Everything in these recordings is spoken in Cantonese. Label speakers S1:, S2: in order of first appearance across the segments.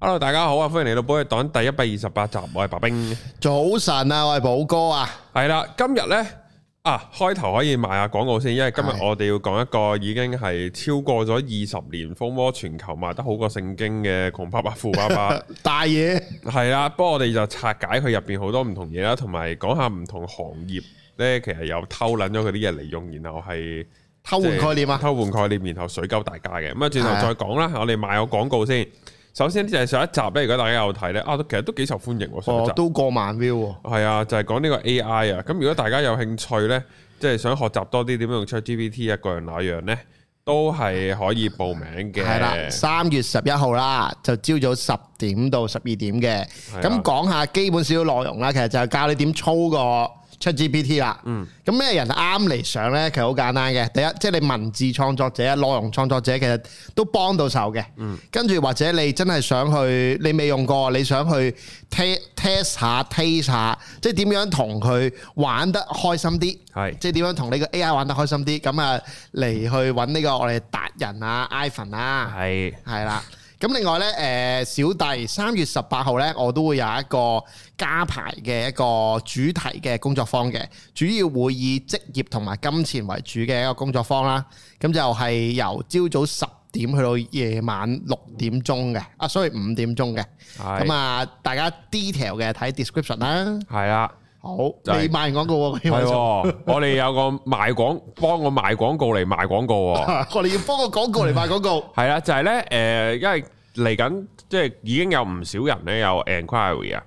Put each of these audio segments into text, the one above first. S1: Hello，大家好啊，歡迎嚟到《寶藥黨》第一百二十八集，我係白冰。
S2: 早晨啊，我係寶哥啊，
S1: 係啦，今日呢，啊，開頭可以賣下廣告先，因為今日
S2: 係
S1: 我哋要講一個已經係超過咗二十年風靡全球賣得好過聖經嘅窮爸爸富爸爸。
S2: 大嘢
S1: 係啦，不過我哋就拆解佢入邊好多唔同嘢啦，同埋講下唔同行業呢，其實有偷撚咗佢啲嘢嚟用，然後係
S2: 偷換概念啊，
S1: 偷換概念，然後水溝大家嘅。咁啊，轉
S2: 係
S1: 頭
S2: 啊
S1: 再講啦，我哋賣個廣告先。首先就係上一集呢，如果大家有睇呢，啊，都其實都幾受歡迎喎。上一集
S2: 哦，都過萬 view 喎，
S1: 係啊，就係講呢個 AI 啊。咁如果大家有興趣呢，即係想學習多啲點樣用 ChatGPT 啊，各樣那樣呢，都係可以報名嘅。
S2: 係啦，三月十一號啦，就朝早十點到十二點嘅，
S1: 啊
S2: 咁講下基本少少內容啦，其實就係教你點操個 ChatGPT 啦，嗯，咁咩人啱嚟上呢？其實好簡單嘅，第一即係你文字創作者啊、內容創作者，其實都幫到手嘅，嗯，跟住或者你真係想去，你未用過，你想去 te- test 下、taste 下，即係點樣同佢玩得開心啲。
S1: 係
S2: 即係點樣同你個 AI 玩得開心啲，咁啊嚟去揾呢個我哋達人啊 iPhone 啊，
S1: 係
S2: 係啦。咁另外呢，誒、小弟三月十八號呢，我都會有一個加排嘅一個主題嘅工作坊嘅，主要會以職業同埋金錢為主嘅一個工作坊啦。咁就係由朝早十點去到夜晚六點鐘嘅，啊，sorry 五點鐘嘅。
S1: 係
S2: 咁啊，大家 detail 嘅睇 description 啦。
S1: 係啦，
S2: 好，
S1: 就係
S2: 未賣廣告喎，
S1: 係
S2: 呢位
S1: 喎
S2: 數
S1: 我哋有個賣廣，幫我賣廣告嚟賣廣告 喎。
S2: 我哋要幫個廣告嚟賣廣告。
S1: 係啦，就係咧誒，因為嚟緊即係已經有唔少人咧有 enquiry 啊，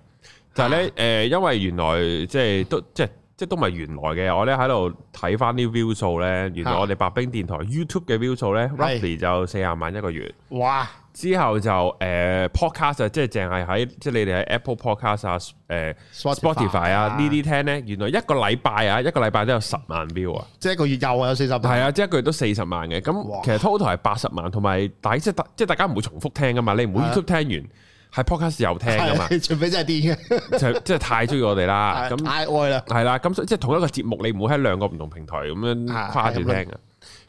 S1: 就係咧誒，因為原來即係都即係即係都唔係原來嘅，我咧喺度睇翻啲 view 數咧，原來
S2: 啊
S1: 我哋白冰電台 YouTube 嘅 view 數咧
S2: 係
S1: ，roughly 就四廿萬一個月。
S2: 哇！
S1: 之後就誒、呃 podcast 啊，即係淨係喺即係你哋喺 Apple Podcast 啊、誒、Spotify 啊呢啲聽咧，原來一個禮拜啊，一個禮拜都有十萬 view 啊！
S2: 即係一個月又有四十
S1: 係
S2: 萬，
S1: 啊，即係一個月都四十萬嘅，咁
S2: 哇
S1: 其實 total 係八十萬，同埋大即係大即係大家唔會重複聽噶嘛，你唔會
S2: 係啊
S1: YouTube 聽完係 podcast 又聽噶嘛，
S2: 係除非真係癲嘅，
S1: 就即係太中意我哋啦，
S2: 係
S1: 咁
S2: 太愛啦，
S1: 係啦，咁所以即係同一個節目，你唔會喺兩個唔同平台咁樣
S2: 啊係
S1: 跨住聽嘅，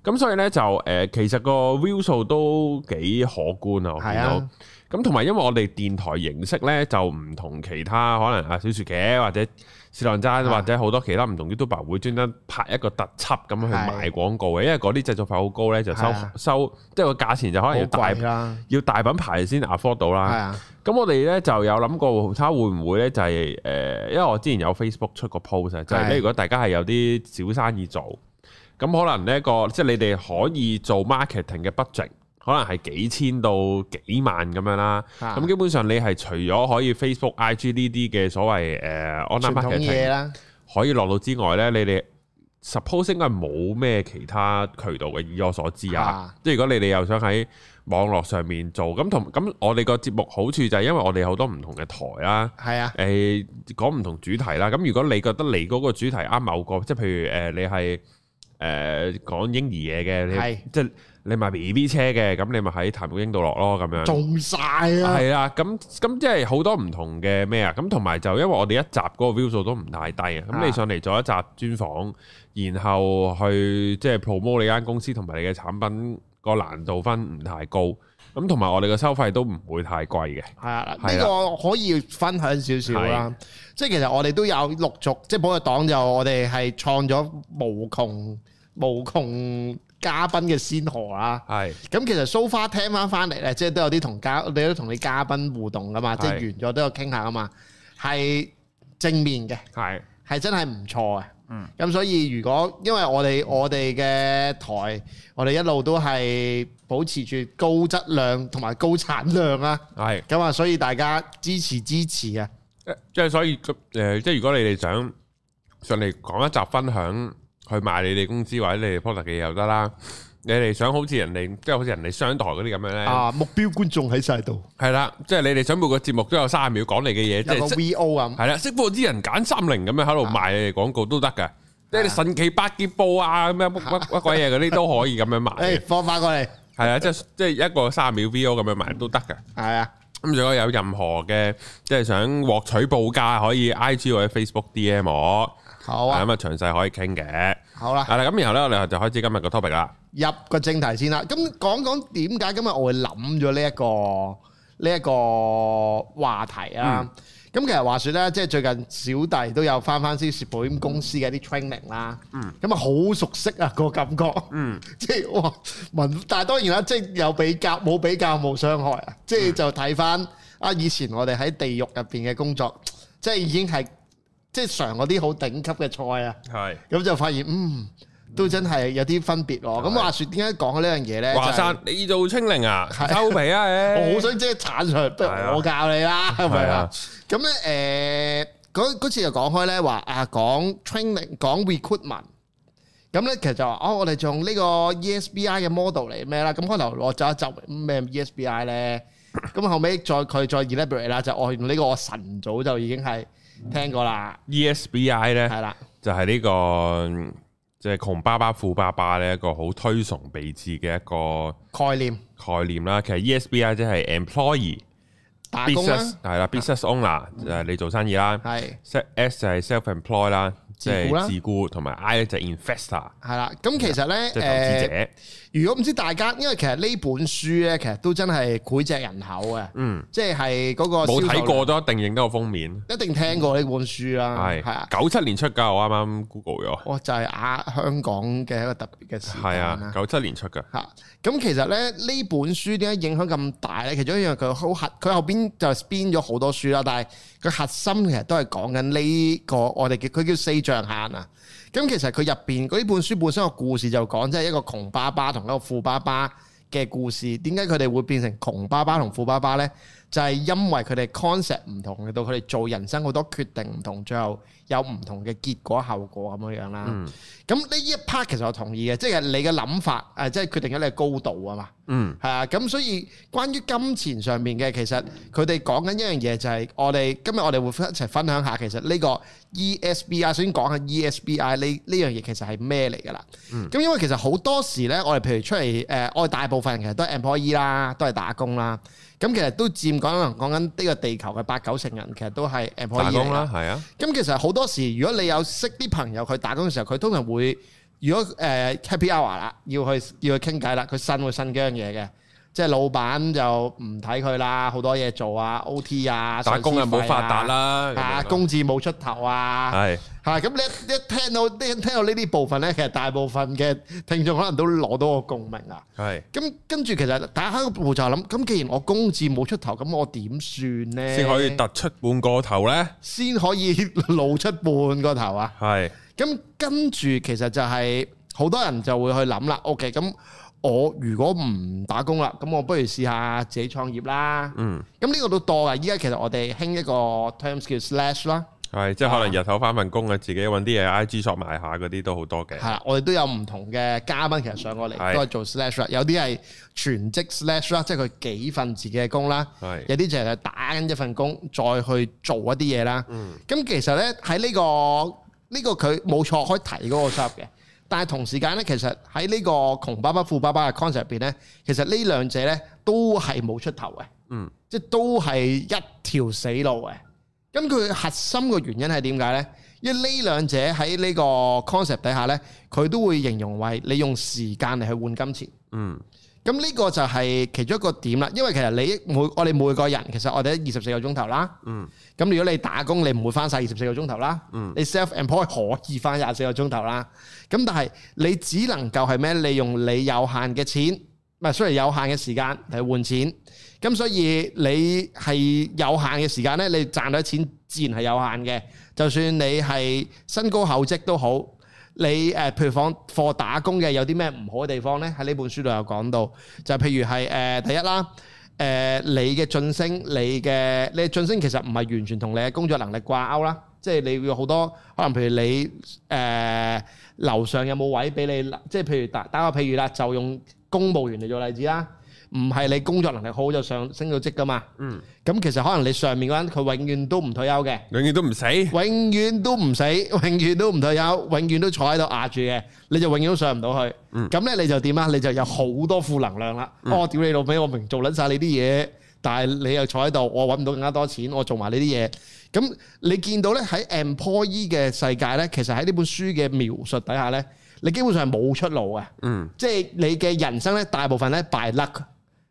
S1: 咁所以咧就誒，其實個 view 數都幾可觀啊，我見
S2: 係
S1: 到
S2: 啊。
S1: 咁同埋因為我哋電台形式咧就唔同其他可能啊小薯茄或者士浪渣
S2: 啊
S1: 或者好多其他唔同 YouTuber 會專登拍一個特輯咁樣去
S2: 係
S1: 賣廣告嘅，因為嗰啲製作費好高咧，就收
S2: 係啊
S1: 收即係個價錢就可
S2: 好
S1: 能要大
S2: 貴啦，
S1: 要大品牌先 afford 到
S2: 係
S1: 啦。
S2: 啊，
S1: 咁我哋咧就有諗過，睇下會唔會咧就係、呃因為我之前有 Facebook 出個 post 啊就係、咧
S2: 係
S1: 如果大家係有啲小生意做，咁可能呢個即係你哋可以做 marketing 嘅 budget，可能係幾千到幾萬咁樣啦。咁
S2: 咁
S1: 基本上你係除咗可以 Facebook、IG 呢啲嘅所謂誒、呃 online
S2: 傳統
S1: marketing
S2: 嘢啦，
S1: 可以落到之外呢，你哋 suppose 應該係冇咩其他渠道嘅，以我所知啊
S2: 啊。
S1: 即係如果你哋又想喺網絡上面做，咁同咁我哋個節目好處就係因為我哋好多唔同嘅台啦。
S2: 係啊，
S1: 誒講唔同主題啦，咁如果你覺得你嗰個主題啱某個，即係譬如誒、呃你係誒、呃、講嬰兒嘢嘅，
S2: 係
S1: 你即係你賣 B B 車嘅，咁你咪喺譚玉英度落咯，咁樣。
S2: 中晒啊，
S1: 係啦，咁咁即係好多唔同嘅咩啊，咁同埋就因為我哋一集嗰個 view 數都唔太低啊，咁
S2: 啊
S1: 你上嚟做一集專訪，然後去即係 promote 你間公司同埋你嘅產品個難度分唔太高，咁同埋我哋嘅收費都唔會太貴嘅，
S2: 係啊，
S1: 係啦
S2: 呢個可以分享少少啦。即係其實我哋都有陸續，即係寶藥黨就我哋係創咗無窮無窮嘉賓嘅先河啦。
S1: 係
S2: 咁其實 so far 聽翻翻嚟咧，即係都有啲同嘉，你都同啲嘉賓互動噶嘛，
S1: 係
S2: 即係完咗都有傾下噶嘛，係正面嘅，
S1: 係
S2: 係真係唔錯嘅。嗯，咁所以如果因為我哋我哋嘅台，我哋一路都係保持住高質量同埋高產量啊，
S1: 係。
S2: 咁啊，所以大家支持支持啊，
S1: 即係所以誒、呃即係如果你哋想上嚟講一集分享，去賣你哋公司或者你哋 product 嘅嘢又得啦。你哋想好似人哋，即係好似人哋商台嗰啲咁樣咧，
S2: 啊目標觀眾喺晒度，
S1: 係啦、即係你哋想每個節目都有三十秒講你嘅嘢，即
S2: 有個
S1: 係識
S2: VO 啊，
S1: 係啦，識貨之人揀三零咁樣喺度賣你哋廣告都得㗎。即係
S2: 啊
S1: 你神奇百潔布啊，咁樣乜 乜乜鬼嘢嗰啲都可以咁樣賣嘅
S2: 誒，放翻過嚟，
S1: 係啊，即係即係一個三十秒 VO 咁樣賣都得㗎。
S2: 係啊，
S1: 咁如果有任何嘅即係想獲取報價，可以 IG 或者 Facebook DM 我。
S2: 好啊，
S1: 咁啊，詳細可以傾嘅。
S2: 好啦。
S1: 係啦，咁然後咧，我哋就開始今日個 topic 啦。
S2: 入個正題先啦。咁講講點解今日我會諗咗呢一個呢一個話題啦。咁、其實話說咧，即係最近小弟都有翻翻啲蝕保險公司嘅一啲 training 啦，咁啊好熟悉啊個感覺，
S1: 嗯
S2: 即係哇文，但係當然啦，即係有比較冇比較冇傷害啊，即係就睇翻啊以前我哋喺地獄入邊嘅工作，即係已經係即係嘗嗰啲好頂級嘅菜啊。
S1: 系
S2: 咁就發現嗯，都真係有啲分別喎。咁話説點解講呢樣嘢咧？
S1: 华
S2: 就係
S1: 山，你做清零啊？
S2: 係
S1: 收皮啊！
S2: 我好
S1: 誒
S2: 想即係鏟佢，不如
S1: 係啊
S2: 我教你啦，係咪
S1: 係
S2: 啊
S1: 啊？
S2: 咁咧誒，嗰嗰次就講開咧話啊，講 training，講 recruitment。咁咧其實就話哦，我哋就用呢個 E ESBI 嘅 model 嚟咩啦？咁開頭我就一就咩 E ESBI 咧，咁後尾再佢再 elaborate 啦，就我用呢個我晨早就已經係聽過啦，
S1: E ESBI 咧
S2: 係啦，
S1: 就係呢、個个即係窮爸爸富爸爸呢一個好推崇備至嘅一個
S2: 概念
S1: 概念啦。其實 E ESBI 即係 employee
S2: 打工啦，啊嗯
S1: business 係啦，business owner 就係你做生意啦。
S2: 係。
S1: S S 就係 self employ 啦，即
S2: 自雇啦
S1: 係自雇，同埋 I 咧就係 investor
S2: 係啦，咁其實
S1: 即係投資
S2: 咧，誒、
S1: 者。
S2: 如果唔知大家，因為其實呢本書咧，其實都真係膾炙人口嘅，
S1: 嗯，
S2: 即係嗰個
S1: 冇
S2: 銷售
S1: 睇
S2: 量
S1: 過，都一定認得個封面。
S2: 一定聽過呢本書啦，係
S1: 係
S2: 啊，
S1: 九七年出㗎，我啱啱 Google 咗。
S2: 哇，就係亞香港嘅一個特別嘅時
S1: 係
S2: 間
S1: 啊，
S2: 啦。
S1: 九七年出㗎。
S2: 嚇！咁其實咧呢本書點解影響咁大咧？其中一樣佢好核，佢後邊就 spin 咗好多書啦，但係佢核心其實都係講緊呢個我哋叫佢叫四象限啊。咁其實佢入邊嗰呢本書本身個故事就講即係一個窮爸爸同一個富爸爸嘅故事。點解佢哋會變成窮爸爸同富爸爸咧？就係因為佢哋 concept 唔同，令到佢哋做人生好多決定唔同，最後有唔同嘅結果後果咁樣樣啦。咁呢一 part 其實我同意嘅，即係你嘅諗法誒、即係決定咗你嘅高度啊嘛，
S1: 嗯，
S2: 係啊。咁所以關於金錢上面嘅，其實佢哋講緊一樣嘢就係我哋今日我哋會一齊分享下，其實呢個 E ESBI 首先講下 E ESBI 呢呢樣嘢其實係咩嚟㗎啦。
S1: 嗯
S2: 咁、因為其實好多時呢，我哋譬如出嚟誒、我哋大部分人其實都係 employee 啦，都係打工啦。咁其實都佔可能講緊呢個地球嘅八九成人其實都係 employee
S1: 打
S2: 嚟
S1: 工
S2: 啦
S1: 啦，。係啊，
S2: 咁其實好多時，如果你有識啲朋友佢打工嘅時候，佢通常會如果誒、呃 happy hour 啦，要去要去傾偈啦，佢呻會呻幾樣嘢嘅，即係老闆就唔睇佢啦，好多嘢做啊，OT 啊，
S1: 打工又冇發達啦。
S2: 上司
S1: 咁
S2: 費啊，啊
S1: 樣
S2: 工字冇出頭啊，
S1: 係
S2: 嚇咁你一一聽到一聽到呢啲部分咧，其實大部分嘅聽眾可能都攞到個共鳴啊。
S1: 係。
S2: 咁跟住其實打開個步驟諗，咁既然我工字冇出頭，咁我點算咧？
S1: 先可以突出半個頭咧。
S2: 先可以露出半個頭啊！
S1: 係
S2: 咁跟住其實就係、好多人就會去諗啦。OK，咁我如果唔打工啦，咁我不如試下自己創業啦。
S1: 嗯，
S2: 咁呢個都多㗎。依家其實我哋興一個 terms 叫 slash 啦，
S1: 係即係可能日頭翻份工啊，自己揾啲嘢 I G shop 賣下嗰啲都好多嘅。
S2: 係啦，我哋都有唔同嘅嘉賓其實上過嚟
S1: 係
S2: 都係做 slash 啦，有啲係全職 slash 啦，即係佢幾份自己嘅工啦。
S1: 係
S2: 有啲就係打緊一份工，再去做一啲嘢啦。咁、
S1: 嗯
S2: 其實呢，喺呢、個呢、個佢冇錯可以提嗰個收入嘅，但係同時間呢，其實喺呢個窮爸爸富爸爸嘅 concept 入邊呢，其實呢兩者呢都係冇出頭嘅，
S1: 嗯，
S2: 即係都係一條死路嘅。咁佢核心嘅原因係點解呢？因為呢兩者喺呢個 concept 底下呢，佢都會形容為你用時間嚟去換金錢。
S1: 嗯
S2: 咁呢個就係其中一個點啦，因為其實你每我哋每個人其實我哋二十四個鐘頭啦，
S1: 嗯
S2: 咁如果你打工你唔會翻晒二十四個鐘頭啦，
S1: 嗯
S2: 你 self employ 可以翻廿四個鐘頭啦，咁但係你只能夠係咩？利用你有限嘅錢，唔係雖然有限嘅時間嚟換錢，咁所以你係有限嘅時間呢，你賺到嘅錢自然係有限嘅，就算你係身高厚職都好。你誒、呃譬如講課打工嘅有啲咩唔好嘅地方呢？喺呢本書度有講到，就係譬如係誒、呃第一啦，誒、呃你嘅晉升，你嘅你嘅晉升其實唔係完全同你嘅工作能力掛鈎啦，即係你會有好多可能，譬如你誒、呃、樓上有冇位俾你，即係譬如打打個譬如啦，就用公務員嚟做例子啦。唔係你工作能力好就上升到職噶嘛？
S1: 嗯，
S2: 咁其實可能你上面嗰人佢永遠都唔退休嘅，
S1: 永遠都唔死。
S2: 永遠都唔死， 永遠都唔退休，永遠都坐喺度壓住嘅，你就永遠都上唔到去。咁咧、你就點啊？你就有好多負能量啦。哦，屌你老味，我明做撚晒你啲嘢，但係你又坐喺度，我揾唔到更加多錢，我做埋呢啲嘢。咁你見到咧喺 employee 嘅世界咧，其實喺呢本書嘅描述底下咧，你基本上係冇出路嘅。
S1: 嗯
S2: 即係你嘅人生咧，大部分咧 by luck，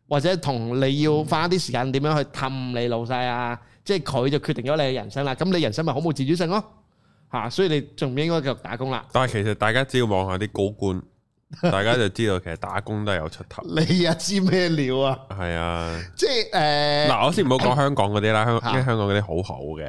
S2: 或者同你要花啲時間點樣去氹你老細啊，即係佢就決定咗你嘅人生啦。咁你人生咪好冇自主性咯嚇、所以你仲唔應該繼續打工啦？
S1: 但係其實大家只要望下啲高 官，大家就知道其實打工都係有出頭。
S2: 你又知咩料啊？
S1: 係啊，
S2: 即係誒，呃
S1: 嗱，我先唔好講香港嗰啲啦，香
S2: 嚇
S1: 因為香港嗰啲好好嘅，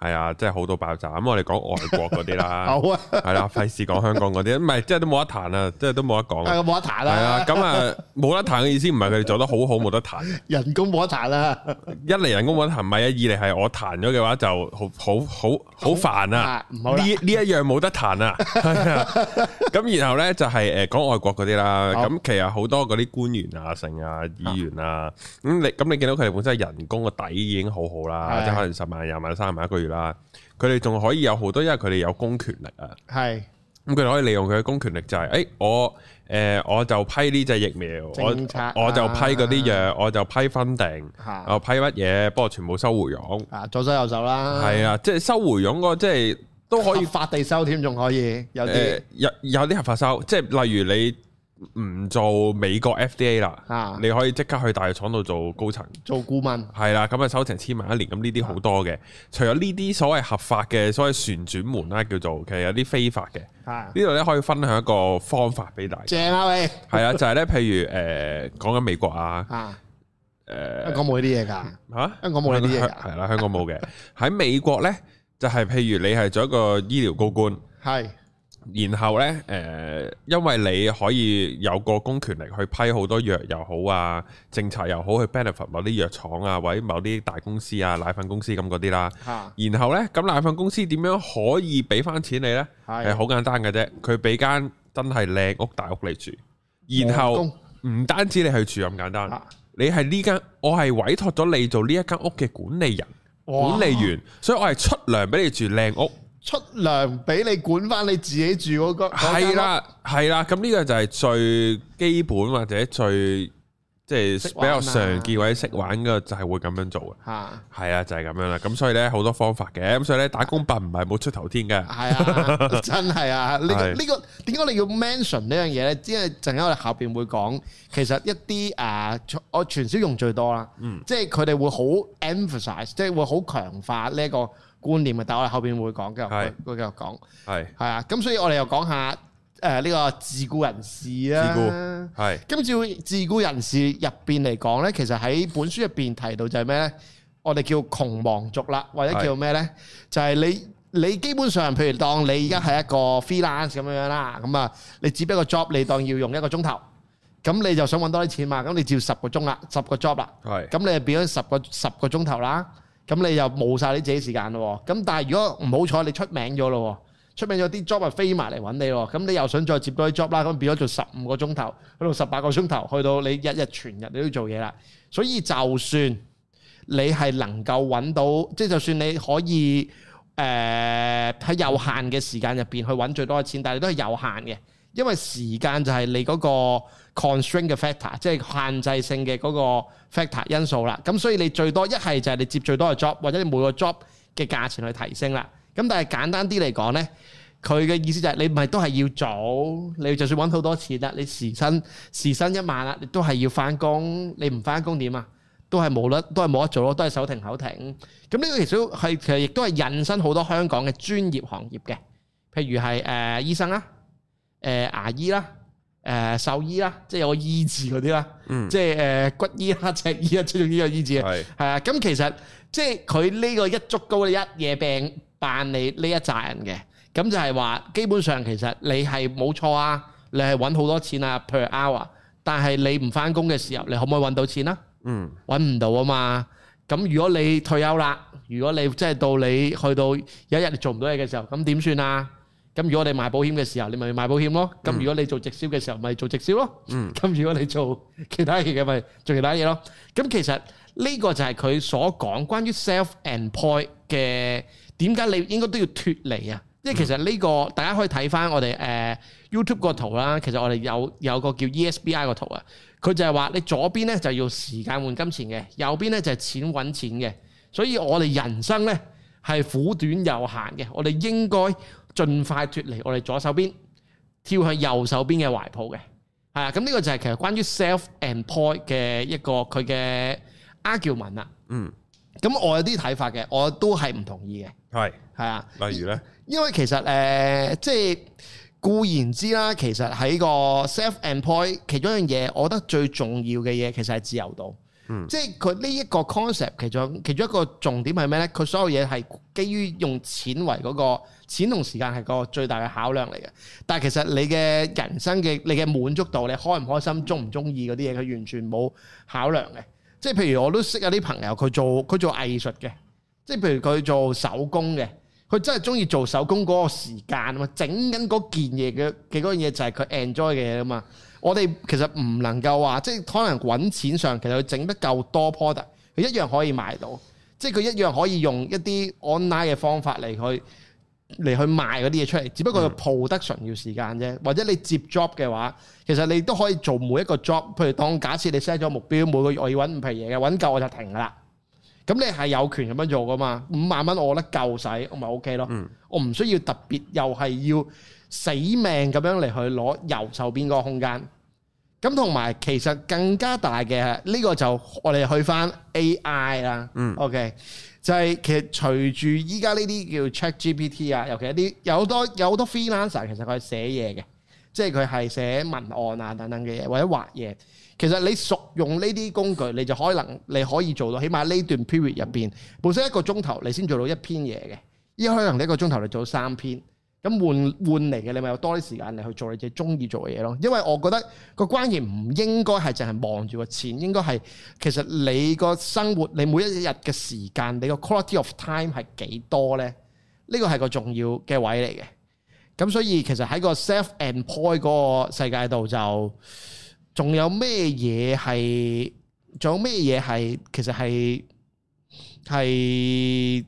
S1: 係啊，真係好到爆炸。咁我哋講外國嗰啲啦，
S2: 好啊，
S1: 係啦，費事講香港嗰啲，唔係，即係都冇得彈啊，即係都冇得講啊。
S2: 啊冇得彈
S1: 係啊，
S2: 啦，
S1: 咁啊冇得彈嘅意思唔係佢哋做得好好冇得彈，
S2: 人工冇得彈啦，
S1: 一嚟人工冇得彈，唔係啊，二嚟係我彈咗嘅話就好好好好煩啊。
S2: 啊唔好
S1: 呢
S2: 啦，
S1: 呢一樣冇得彈啊！ 係啊咁然後呢，就係誒講外國嗰啲啦，
S2: 好
S1: 咁其實好多嗰啲官員啊、成啊、議員啊，咁你咁你見到佢哋本身人工個底已經好好啦，
S2: 係
S1: 即係可能十萬、廿萬、三十萬一個月啦，佢哋仲可以有好多，因為佢哋有公權力啊，
S2: 係
S1: 咁佢哋可以利用佢嘅公權力就係、誒我誒我就批呢隻疫苗，
S2: 政策啊
S1: 我我就批嗰啲藥，我就批分定，
S2: 嚇
S1: 哦我批乜嘢，不過全部收回佣，
S2: 啊左手右手啦，
S1: 係啊，即係收回佣嗰個即係都可以
S2: 合。法地收添，仲可以有
S1: 誒
S2: 啲
S1: 有有啲合法收，即係例如你唔做美國 FDA 啦，
S2: 啊
S1: 你可以即刻去大廠度做高層，
S2: 做顧問，
S1: 係啦，咁啊收成千萬一年，咁呢啲好多嘅。除咗呢啲所謂合法嘅，所謂旋轉門啦，叫做其實有啲非法嘅，呢
S2: 啊
S1: 度咧可以分享一個方法俾大家，
S2: 正啊喂
S1: 係啊，就係咧，譬如誒講緊美國啊，呃
S2: 啊，
S1: 誒
S2: 香港冇呢啲嘢㗎，
S1: 嚇
S2: 香港冇呢啲嘢㗎
S1: 係啦，香港冇 嘅。喺美國咧，就係譬如你係做一個醫療高官。
S2: 係
S1: 然後呢，誒、因為你可以有個公權力去批好多藥又好啊，政策又好，去 benefit 某啲藥廠啊，或者某啲大公司啊、奶粉公司咁嗰啲啦。
S2: 嚇
S1: 然後呢，咁奶粉公司點樣可以俾翻錢你呢？
S2: 係
S1: 係好簡單嘅啫，佢俾間真係靚屋大屋你住，然後
S2: 皇
S1: 唔單止你去住咁簡單
S2: 啊，
S1: 你係呢間，我係委託咗你做呢一間屋嘅管理人、管理員，所以我係出糧俾你住靚屋。
S2: 出糧俾你管翻你自己住嗰個
S1: 系，啦，系啦，咁呢個就係最基本或者最即係
S2: 識
S1: 比
S2: 玩啊
S1: 較常見或者識玩嘅，就係會咁樣做嘅。
S2: 嚇
S1: 係啊，就係咁樣啦。咁所以咧好多方法嘅，咁所以咧打工笨唔係冇出頭天嘅。
S2: 係啊，真係啊！呢個
S1: 係
S2: 呢個點解你要 mention 呢樣嘢咧？因為陣間我哋後邊會講，其實一啲啊，我傳銷用最多啦，
S1: 嗯
S2: 即係佢哋會好 emphasize，即係會好強化呢一個觀念嘅。但係我哋後邊會講嘅，會
S1: 係
S2: 會繼續講。
S1: 係
S2: 係啊，咁所以我哋又講下誒呢個自雇人士啦。
S1: 係
S2: 咁照自雇人士入邊嚟講呢，其實喺本書入邊提到就係咩呢？我哋叫窮忙族啦，或者叫咩呢？就係你你基本上，譬如當你而家係一個 freelance 咁樣樣啦，咁啊，你只不過 job 你當要用一個鐘頭，咁你就想揾多啲錢嘛，咁你照十個鐘啦，十個 job 啦。
S1: 係
S2: 咁你就變咗十個十個鐘頭啦，咁你又冇晒你自己時間咯喎。咁但係如果唔好彩你出名咗咯喎，出名咗啲 job 啊飛埋嚟揾你咯，咁你又想再接多啲 job 啦，咁變咗做十五個鐘頭，去到十八個鐘頭，去到你日日全日你都要做嘢啦。所以就算你係能夠揾到，即係就算你可以誒喺、有限嘅時間入邊去揾最多嘅錢，但係你都係有限嘅，因為時間就係你嗰個 constraint 嘅 factor，即係限制性嘅嗰個 factor 因素啦。咁所以你最多一係就係你接最多嘅 job，或者你每個 job 嘅價錢去提升啦。咁但係簡單啲嚟講呢。佢嘅意思就係你唔係都係要做，你就算揾好多錢啦，你時薪時薪一萬啦，你都係要翻工，你唔翻工點啊？都係冇得，都係冇得做咯，都係手停口停。咁呢個其實都係其實亦都係引申好多香港嘅專業行業嘅，譬如係誒、呃、醫生啦、誒、牙醫啦、誒、獸醫啦，即係有個醫字嗰啲啦，
S1: 嗯
S2: 即係誒、呃骨醫啦、 脊醫啦，即係總之有醫字嘅。
S1: 係
S2: 係啊，咁其實即係佢呢個一足高一夜病扮你呢一紮人嘅，咁就係話基本上其實你係冇錯啊，你係揾好多錢啊 per hour，但係你唔翻工嘅時候，你可唔可以揾到錢啊？
S1: 嗯
S2: 揾唔到啊嘛。咁如果你退休啦，如果你即係到你去到有一日你做唔到嘢嘅時候，咁點算啊？咁如果你賣保險嘅時候，你咪賣保險咯。咁如果你做直銷嘅時候，咪做直銷咯。
S1: 嗯
S2: 咁如果你做其他嘢嘅，咪做其他嘢咯。咁其實呢個就係佢所講關於 self-employed 嘅點解你應該都要脱離啊？因為其實呢、個大家可以睇翻我哋誒、呃 YouTube 個圖啦。其實我哋有有個叫 ESBI 個圖啊，佢就係話你左邊咧就要時間換金錢嘅，右邊咧就係錢揾錢嘅。所以我哋人生咧係苦短有限嘅，我哋應該盡快脱離我哋左手邊，跳向右手邊嘅懷抱嘅。係啊，咁呢個就係其實關於 self employ 嘅一個佢嘅 argument 啦。
S1: 嗯，
S2: 咁我有啲睇法嘅，我都係唔同意嘅，
S1: 係，
S2: 係啊，
S1: 例如咧，
S2: 因為其實誒、呃即係固然之啦，其實喺個 self employ 其中一樣嘢，我覺得最重要嘅嘢其實係自由度。
S1: 嗯
S2: 即係佢呢一個 concept 其中其中一個重點係咩呢？佢所有嘢係基於用錢為嗰、個錢同時間係個最大嘅考量嚟嘅。但係其實你嘅人生嘅你嘅滿足度，你開唔開心、中唔中意嗰啲嘢，佢完全冇考量嘅。即係譬如我都識有啲朋友，佢做佢做藝術嘅，即係譬如佢做手工嘅，佢真係中意做手工嗰個時間啊嘛，整緊嗰件嘢嘅嘅嗰樣嘢就係佢 enjoy 嘅嘢啊嘛。我哋其實唔能夠話，即係可能揾錢上，其實佢整得夠多 product，佢一樣可以賣到，即係佢一樣可以用一啲 online 嘅方法嚟去嚟去賣嗰啲嘢出嚟，只不過佢 production 要時間啫，或者你接 job 嘅話，其實你都可以做每一個 job，譬如當假設你 set 咗目標，每個月我要揾五皮嘢嘅，揾夠我就停噶啦。咁你係有權咁樣做噶嘛？五萬蚊我覺得夠使，我咪 OK 咯。
S1: 嗯
S2: 我唔需要特別又係要死命咁樣嚟去攞右手邊嗰個空間。咁同埋其實更加大嘅呢、個就我哋去翻 AI 啦。
S1: 嗯
S2: OK，就係其實隨住依家呢啲叫 ChatGPT 啊，尤其一啲有好多有好多 freelancer 其實佢係寫嘢嘅，即係佢係寫文案啊等等嘅嘢或者畫嘢。其實你熟用呢啲工具，你就可能你可以做到，起碼呢段 period 入邊，本身一個鐘頭你先做到一篇嘢嘅，依家可能你一個鐘頭你做到三篇，咁換換嚟嘅你咪有多啲時間你去做你自己中意做嘅嘢咯。因為我覺得個關鍵唔應該係淨係望住個錢，應該係其實你個生活，你每一日嘅時間，你個 quality of time 係幾多呢？呢個係個重要嘅位嚟嘅。咁所以其實喺個 self employ 嗰個世界度就，仲有咩嘢係？仲有咩嘢係？其實係係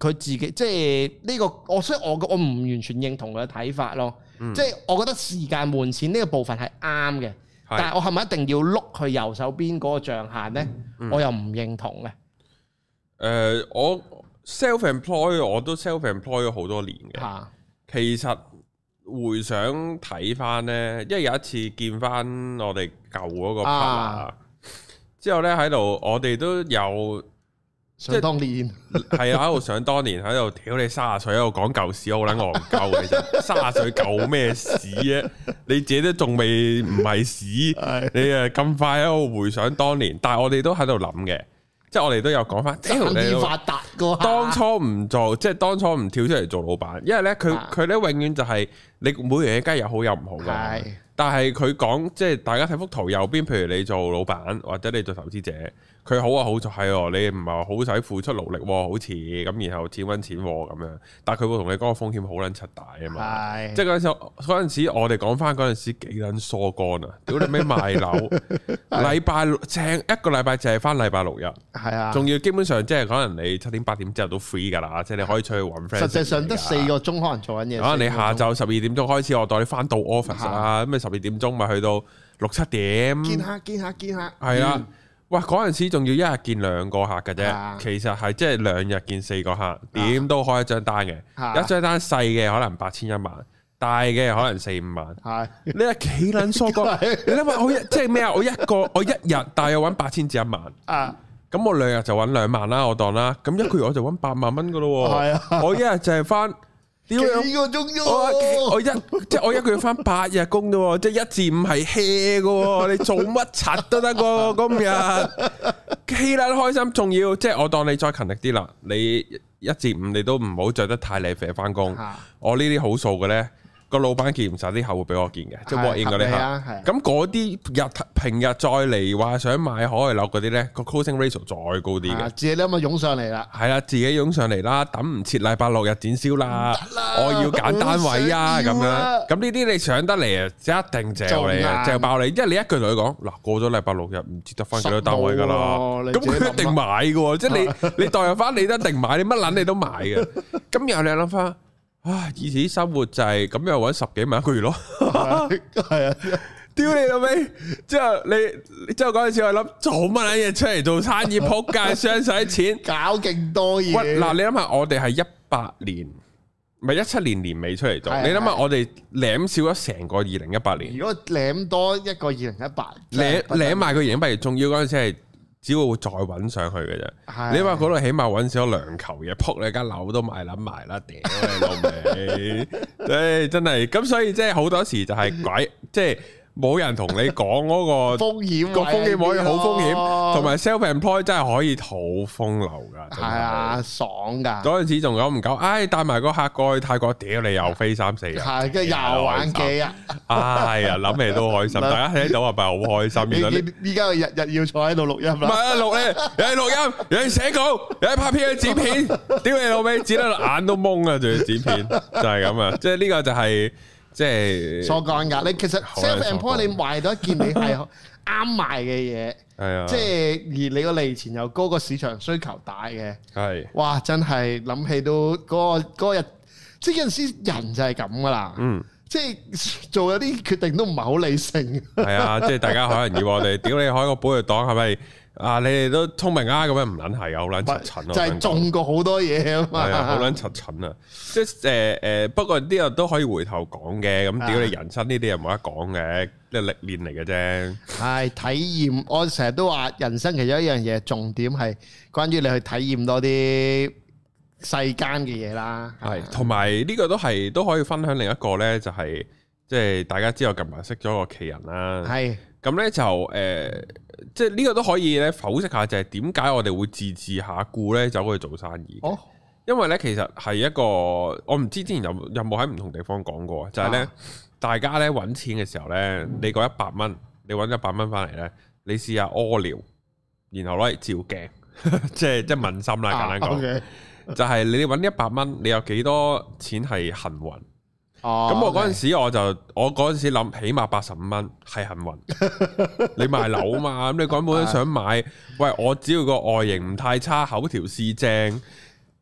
S2: 佢自己，即係呢個我，所以我我唔完全認同佢嘅睇法咯。
S1: 嗯
S2: 即係我覺得時間換錢呢個部分係啱嘅，但係我係咪一定要碌去右手邊嗰個象限呢？
S1: 嗯
S2: 我又唔認同嘅。
S1: 誒，我 self employ 我都 self employ 咗好多年嘅。
S2: 嚇
S1: 其實回想睇翻呢，因為有一次見翻我哋舊嗰個 partner，、
S2: 啊
S1: 之後呢，喺度，我哋都有
S2: 想當年
S1: 係啊喺度想當年喺度，屌你卅歲喺度講舊屎，好撚戇鳩其 實，卅歲舊咩屎啊？你自己都仲未唔係屎，
S2: 係
S1: 你啊咁快喺度回想當年，但係我哋都喺度諗嘅，即係我哋都有講翻，屌
S2: 生
S1: 你
S2: 意
S1: 老
S2: 發達個
S1: 當初唔做，即係當初唔跳出嚟做老闆，因為咧佢
S2: 啊
S1: 佢咧永遠就係你每樣嘢梗係有好有唔好噶
S2: 係。
S1: 但係佢講即係大家睇幅圖右邊，譬如你做老闆或者你做投資者，佢好啊好就係喎，你唔係好使付出勞力喎，好似咁然後錢揾錢喎咁樣。但係佢會同你講個風險好撚柒大啊嘛。
S2: 係
S1: 即係嗰陣時，嗰陣時我哋講翻嗰陣時幾撚疏肝啊！屌你咩賣 樓，禮拜六正一個禮拜淨係翻禮拜六日。
S2: 係啊，
S1: 仲要基本上即係可能你七點八點之後都 free 㗎啦，即係你可以出去揾 friend。
S2: 啊實際上得四。個鐘可能做緊嘢。
S1: 可能你下晝十二點鐘開始，我代你翻到 office 啊啦，咁你十二點鐘咪去到六七點。
S2: 見下嗯見下見下，
S1: 係啦，哇！嗰陣時仲要一日見兩個客嘅
S2: 啊
S1: 啫，其實係即係兩日見四個客，點都開一張單嘅，
S2: 啊
S1: 一張單細嘅可能八千一萬，大嘅可能四五萬。
S2: 係
S1: 你係幾撚疏 哥？
S2: 係
S1: 你諗下我一即係咩啊？我一個我一日大約揾八千至一萬。
S2: 啊
S1: 咁我兩日就揾兩萬啦，我當啦。咁一個月我就揾八萬蚊噶咯喎。
S2: 係啊
S1: 我一日就係翻，屌你
S2: 幾個鐘
S1: 我我
S2: 啫
S1: 我一即係我一個月翻八日工啫喎，即係一至五係 hea 噶喎，你做乜柒都得 喎，今日氣啦開心，仲要即係我當你再勤力啲啦，你一至五你都唔好着得太靚啡翻工。
S2: 嚇
S1: 我呢啲好數嘅咧，個老闆見唔晒啲客户俾我見嘅，即係 walk in 嗰啲
S2: 係
S1: 客。
S2: 啊係啊
S1: 咁嗰啲日平日再嚟話想買海外樓嗰啲咧，個 closing ratio 再高啲
S2: 啊
S1: 嘅。
S2: 自己都咁啊湧上 嚟啦，
S1: 係啦，自己湧上嚟啦，等唔切禮拜六日展銷啦，我要揀單位啊，
S2: 我
S1: 咁
S2: 想要啊
S1: 樣咁呢啲你上得嚟啊，一定
S2: 就
S1: 嚼你啊，
S2: 難
S1: 嚼爆你，因為你一句同佢講嗱，過咗禮拜六日唔知得翻幾多單位㗎啦，
S2: 實冇喎
S1: 咁
S2: 你自己諗
S1: 佢
S2: 啦
S1: 一定買嘅喎， 即係你你代入翻你都一定買，你乜撚你都買嘅，咁然後你諗翻啊，以前啲生活就係咁樣揾十幾萬一個月咯。
S2: 係啊。
S1: 屌你老味！之後你之後嗰陣時我諗做乜撚嘢出嚟做生意，仆 街傷晒啲錢。
S2: 搞勁多嘢。
S1: 喂，嗱你諗下，我哋係一八年，唔咪一七年年尾出嚟做，
S2: 係
S1: 你諗
S2: 係
S1: 下我哋舐少咗成個二零一八年，
S2: 如果舐多一個二零一八，
S1: 舐舐埋個二零一八年，仲要嗰陣時係只會再揾上去嘅啫。
S2: 係
S1: 你話嗰度起碼揾少咗兩球嘢，撲你間樓都賣撚埋啦，屌你老 味！唉，真係咁，所以即係好多時就係鬼，即係冇人同你講 嗰個
S2: 風險
S1: 個風險可以好風險，
S2: 險
S1: 同埋 self employ 真係可以好風流噶。真
S2: 係
S1: 係
S2: 啊，爽㗎，
S1: 嗰陣時仲久唔久，唉，帶埋個客過去泰國，屌你又飛三四日，
S2: 係跟住又玩幾日，
S1: 唉哎呀，諗起都開心，
S2: 唔係
S1: 大家睇到係咪好開心？原來你
S2: 依依依家日日要坐喺度錄音
S1: 唔係
S2: 啦，
S1: 啊，錄咧，有啲錄音，有啲寫稿，有啲拍片，有啲剪 片，屌你老味，剪到眼都蒙啊！仲要剪片，就係咁啊！即係呢個就係即係
S2: 所講㗎。你其實
S1: 好撚
S2: self
S1: 爽
S2: employ 你賣到一件你 係啱賣嘅嘢，
S1: 係啊，
S2: 即係而你個利錢又高，個市場需求大嘅。
S1: 係
S2: 哇！真係諗起都嗰、個嗰日，即係有陣時人就係咁噶啦。
S1: 嗯，
S2: 即係做咗啲決定都唔係好理性。
S1: 係啊，即係大家可能以為我哋屌你開個寶藥黨係咪啊？你哋都聰明啊，咁樣唔撚係啊，好撚柒蠢啊，
S2: 就係中過好多嘢啊
S1: 係啊，好
S2: 嘛。
S1: 撚柒蠢啊！即係誒誒，不過呢個都可以回頭講嘅。咁屌你人生呢啲又冇得講嘅，即係歷練嚟嘅啫。
S2: 係體驗，我成日都話人生其中一樣嘢，重點係關於你去體驗多啲世間嘅嘢啦。
S1: 系，同埋呢個都係都可以分享另一個呢，就係即係大家知我近排識咗個奇人啦。
S2: 係
S1: 咁呢就诶、呃即係呢個都可以咧剖析下，就係點解我哋會自自下顧呢走去做生意？
S2: 哦，
S1: 因為呢其實係一個我唔知之前有有冇喺唔同地方講過，就係呢：
S2: 啊
S1: 大家呢揾錢嘅時候呢，你嗰一百蚊，你揾一百蚊翻嚟呢，你試下屙尿，然後攞嚟照鏡， 即係即係問心啦，
S2: 啊
S1: 簡單講。
S2: 嘅。
S1: 就係你揾一百蚊，你有幾多錢係幸運？
S2: 哦，
S1: 咁我嗰陣時我就我嗰陣時諗，起碼八十五蚊係幸運。你賣樓嘛，咁你講本想買，喂，我只要個外形唔太差，口條是正，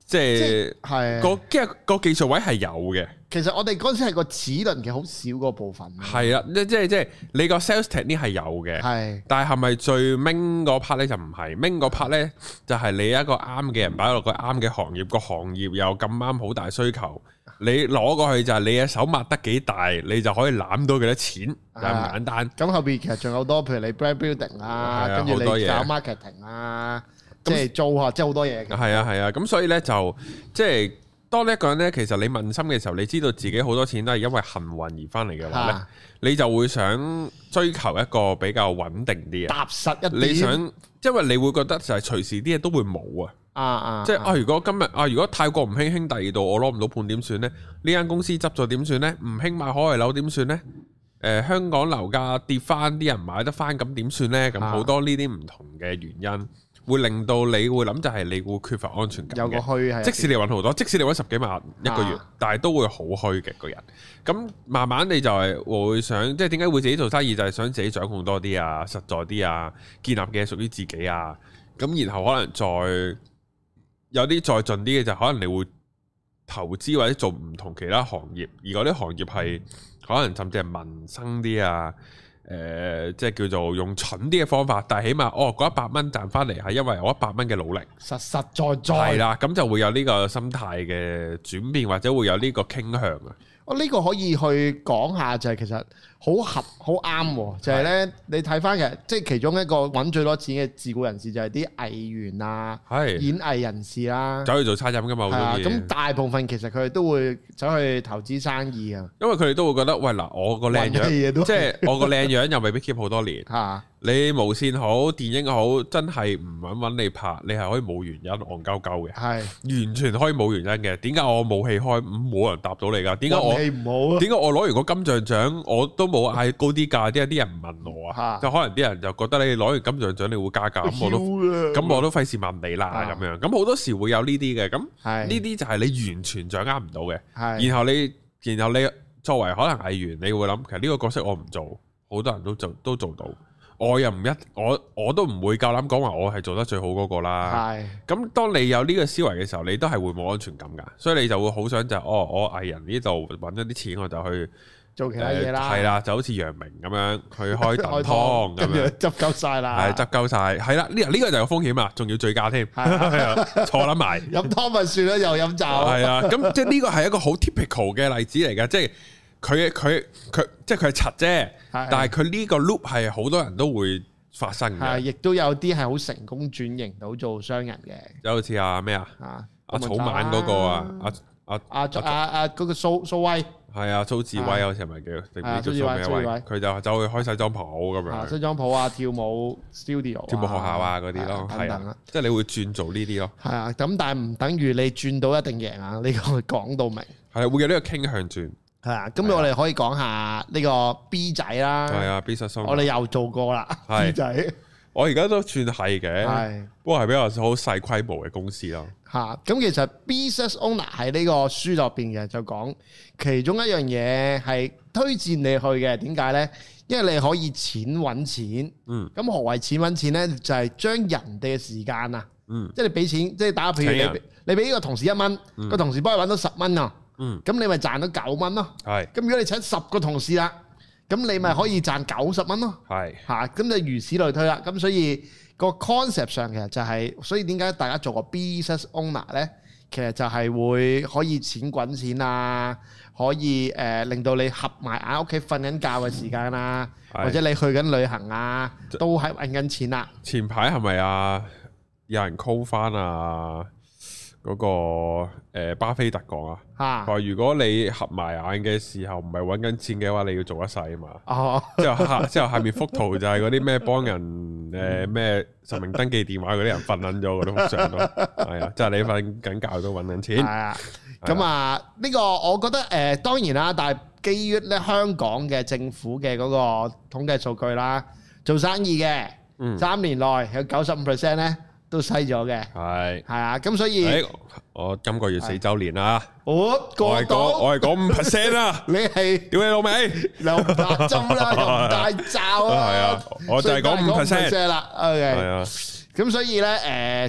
S1: 即係
S2: 係
S1: 個即係個技術位係有嘅，
S2: 其實我哋嗰陣時係個齒輪嘅好少嗰部分。
S1: 係啦，即即係即係你個 sales technique 係有嘅。
S2: 係
S1: 但係係咪最 main 嗰 part 咧就唔係 main 嗰 part 咧，就係你一個啱嘅人擺落個啱嘅行業，個行業又咁啱好大需求，你攞過去就係你嘅手擘得幾大，你就可以攬到幾多錢，就係
S2: 啊
S1: 咁簡單。
S2: 咁後邊其實仲有好多，譬如你 brand building 啦，
S1: 係啊
S2: 跟住你
S1: 好多嘢
S2: 搞 marketing 啦，即係租啊，即係好多嘢嘅。
S1: 係啊係啊，咁所以咧就即係當呢一個人咧，其實你問心嘅時候，你知道自己好多錢都係因為幸運而翻嚟嘅話咧，
S2: 啊
S1: 你就會想追求一個比較穩定啲嘅。
S2: 踏實一啲。
S1: 你想，因為你會覺得就係隨時啲嘢都會冇啊。
S2: 啊啊，
S1: 即係
S2: 啊
S1: 啊！如果今日啊，如果泰國唔興興第二度，我攞唔到判點算呢？呢間公司執咗點算呢？唔興買海外樓點算呢？誒、香港樓價跌翻，啲人買得翻，咁點算呢？咁
S2: 啊
S1: 好多呢啲唔同嘅原因，會令到你會諗就係你會缺乏安全感
S2: 有個
S1: 嘅。
S2: 虛係。
S1: 即使你揾好多，即使你揾十幾萬一個月，
S2: 啊
S1: 但係都會好虛嘅個人。咁慢慢你就係會想，即係點解會自己做生意，就係、想自己掌控多啲啊，實在啲啊，建立嘅屬於自己啊。咁然後可能再有啲再盡啲嘅就可能你會投資或者做唔同其他行業，而嗰啲行業係
S2: 嗯
S1: 可能甚至係民生啲啊。誒、即係叫做用蠢啲嘅方法，但係起碼哦，嗰一百蚊賺翻嚟係因為我一百蚊嘅努力，
S2: 實實在在
S1: 系。啦，咁就會有呢個心態嘅轉變，或者會有呢個傾向啊。
S2: 我哦呢個可以去講下，就係其實好合好啱喎，就係咧你睇翻其實即係其中一個揾最多錢嘅自僱人士就係啲藝員啊、
S1: 係
S2: 演藝人士啦。
S1: 走去做餐飲噶嘛，好
S2: 係啊，
S1: 中意。
S2: 咁大部分其實佢哋都會走去投資生意啊，
S1: 因為佢哋都會覺得，喂嗱，我個靚
S2: 揾嘅
S1: 樣，
S2: 嘢都
S1: 即係我個靚樣又未必 keep 好多年。
S2: 嚇
S1: 你無線好，電影好，真係唔揾揾你拍，你係可以冇原因戇鳩鳩
S2: 係
S1: 嘅，完全可以冇原因嘅。點解我冇戲開？嗯冇人答到你㗎。點解我
S2: 運氣唔好啊？
S1: 點解我攞完個金像獎，我都冇嗌高啲價？啲啲人唔問我啊，
S2: 嚇
S1: 就可能啲人就覺得你攞完金像獎你會加
S2: 啊
S1: 價，咁我都
S2: 咁
S1: 咁我都費事問你啦，
S2: 嗯啊
S1: 咁樣咁好多時會有呢啲嘅，咁呢
S2: 係
S1: 啲就係你完全掌握唔到嘅。
S2: 係
S1: 然後你，然後你作為可能藝員，你會諗其實呢個角色我唔做，好多人都做都做到，我又唔一我我都唔會夠膽講話我係做得最好嗰個啦。
S2: 係
S1: 咁當你有呢個思維嘅時候，你都係會冇安全感㗎，所以你就會好想就係哦，我藝人呢度揾咗啲錢，我就去
S2: 做其他嘢啦，
S1: 係啦，就好似楊明咁樣，佢開燉湯咁
S2: 跟住
S1: 樣。
S2: 執鳩晒啦，
S1: 系执鳩晒，係啦，呢呢個就有風險啊，仲要醉駕添，
S2: 係啊
S1: 係啊 坐撚埋，
S2: 飲湯咪算啦，又飲酒，
S1: 係啊，咁即係呢個係一個好 typical 嘅例子嚟㗎，即係佢佢佢即係佢係柒啫，
S2: 係
S1: 但係佢呢個 loop 係好多人都會發生
S2: 係
S1: 嘅，
S2: 亦都有啲係好成功轉型到做商人嘅，
S1: 就好似啊咩啊，
S2: 啊，
S1: 阿草蜢嗰個啊，阿阿
S2: 阿阿阿嗰個蘇蘇威
S1: 係啊蘇志威好似係咪叫定唔知
S2: 啊蘇
S1: 叫
S2: 志
S1: 做
S2: 威
S1: 咩
S2: 蘇
S1: 威
S2: 志威，
S1: 佢就走去開西裝鋪咁
S2: 啊，
S1: 樣，
S2: 西裝鋪啊，跳舞 studio、
S1: 跳舞學校啊嗰啲咯，
S2: 等
S1: 係
S2: 等
S1: 啊
S2: 啊。，
S1: 即係你會轉做呢啲咯，
S2: 系啊，咁但系唔等於你轉到一定贏啊！呢、個講到明，
S1: 係啊會有呢個傾向轉，
S2: 系啊，咁我哋可以講下呢個 B 仔啦，
S1: 係啊 business song
S2: 我哋又做過啦
S1: 係
S2: ，B 仔
S1: 我而家都算係嘅，
S2: 係
S1: 不過係比較好細規模嘅公司咯。
S2: 吓，咁其實 business owner 喺呢個書入邊嘅就講其中一樣嘢係推薦你去嘅，點解呢？因為你可以錢揾錢，
S1: 嗯，
S2: 咁何謂錢揾錢呢？就係、將人哋嘅時間啊，
S1: 嗯，
S2: 即係你俾錢，即係打譬
S1: 請人
S2: 如你俾你俾呢個同事一蚊，個同事幫你揾到十蚊啊，
S1: 嗯，
S2: 咁你咪賺到九蚊咯。
S1: 係
S2: 咁如果你請十個同事啦，咁你咪可以賺九十蚊咯，
S1: 係
S2: 嚇！咁就如此類推啦。咁所以個 concept 上其實就係、所以點解大家做個 business owner 呢？其實就係會可以錢滾錢啊，可以誒、呃令到你合埋眼屋企瞓緊覺嘅時間啦、
S1: 係
S2: 或者你去緊旅行啊，都係揾緊錢啦、
S1: 前排係咪啊？有人 call 翻啊嗰個呃巴菲特講啊，
S2: 嚇、
S1: 佢話如果你合埋眼嘅時候唔係揾緊錢嘅話，你要做一世啊 嘛。
S2: 哦，
S1: 之後下之後下面幅圖就係嗰啲咩幫人誒咩實名登記電話嗰啲人瞓撚咗嗰啲幅相 咯，係啊，即係你瞓緊覺都揾緊
S2: 係
S1: 錢，
S2: 啊，咁啊，呢個我覺得誒、呃、當然啦，但係基於咧香港嘅政府嘅嗰個統計數據啦，做生意嘅、
S1: 嗯
S2: 三年內有九十五 percent 咧都西咗嘅，
S1: 係。
S2: 係啊，咁所以，
S1: 誒，我今個月四週年啦，
S2: 我
S1: 我
S2: 過
S1: 係講
S2: 到
S1: 我係講五 percent 啊啦，
S2: 你係
S1: 屌你老味，
S2: 又唔打 針啦，又唔戴罩
S1: 係
S2: 啦
S1: 啊，我就係講5%
S2: 哦所以都係講5%啦，OK
S1: 係。啊，
S2: 咁所以咧，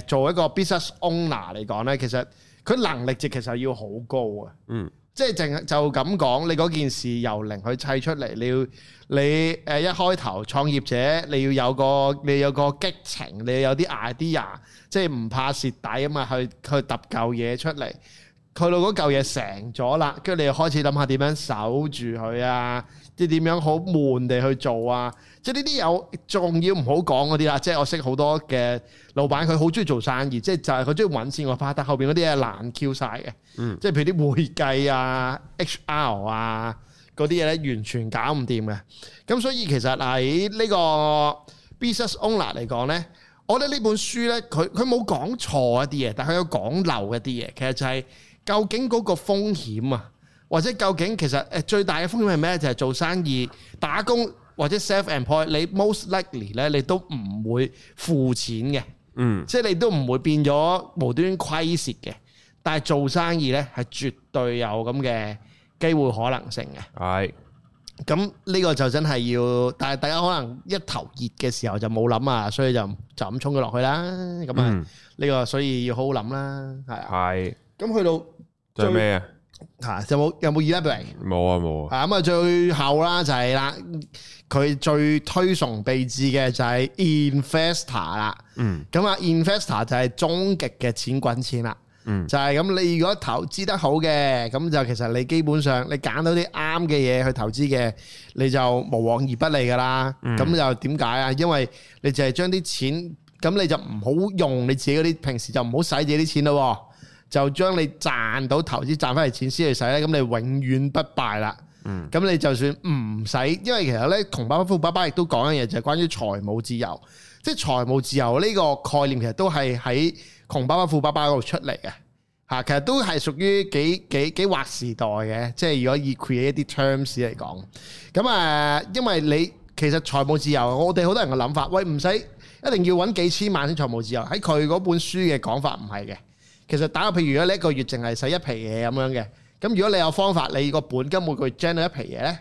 S2: 誒、做一個 business owner 嚟講咧，其實佢能力值其實要好高啊。
S1: 嗯，
S2: 即係淨就咁講，你嗰件事由零去砌出嚟，你要你誒、一開頭創業者，你要有個你有個激情，你要有啲 idea，即係唔怕蝕底啊嘛，去去揼嚿嘢出嚟。佢到嗰嚿嘢成咗啦，跟住你又開始諗下點樣守住佢啊，即係點樣好悶地去做啊，即係呢啲有仲要唔好講嗰啲啦，即係我識好多嘅老闆，佢好中意做生意，即係就係佢中意揾錢嗰 part，但後邊嗰啲嘢難 Q 晒嘅，
S1: 嗯
S2: 即係譬如啲會計啊、HR 啊嗰啲嘢咧，完全搞唔掂嘅。咁所以其實喺呢個 business owner 嚟講咧，我覺得呢本書咧，佢佢冇講錯一啲嘢，但佢有講漏一啲嘢，其實就係、究竟嗰個風險啊，或者究竟其實誒呃最大嘅風險係咩？就係、做生意、打工或者 self employ，你 most likely 咧，你都唔會付錢嘅，
S1: 嗯，
S2: 即係你都唔會變咗無端端虧蝕嘅。但係做生意咧，係絕對有咁嘅機會可能性嘅。
S1: 係。
S2: 咁呢個就真係要，但係大家可能一頭熱嘅時候就冇諗啊，所以就就咁衝咗落去啦。咁啊，
S1: 嗯
S2: 呢個所以要好好諗啦，係啊。
S1: 系，
S2: 咁去到
S1: 仲有咩啊？
S2: 嚇有冇有冇 elaborate？
S1: 冇啊冇啊，
S2: 啊咁啊，最後啦就係啦，佢最推崇備至嘅就係 investor 啦。
S1: 嗯，
S2: 咁啊，investor 就係終極嘅錢滾錢啦。
S1: 嗯
S2: 就係咁，你如果投資得好嘅，咁就其實你基本上你揀到啲啱嘅嘢去投資嘅，你就無往而不利噶啦。咁、就點解啊？因為你就係將啲錢，咁你就唔好用你自己嗰啲平時就唔好使自己啲錢咯喎，就將你賺到投資賺翻嚟錢先去使咧，咁你永遠不敗啦。咁你就算唔使，因為其實咧，窮爸爸富爸爸亦都講一樣嘢，就係關於財務自由。即係財務自由呢個概念，其實都係喺窮爸爸富爸爸嗰度出嚟嘅嚇，其實都係屬於幾幾幾劃時代嘅。即係如果以 create 一啲 terms 嚟講，咁啊，因為你其實財務自由，我哋好多人嘅諗法，喂唔使一定要揾幾千萬先財務自由，喺佢嗰本書嘅講法唔係嘅。其實打個譬如，如果你一個月淨係使一皮嘢咁樣嘅，咁如果你有方法，你個本金每個月 generate 一皮嘢咧，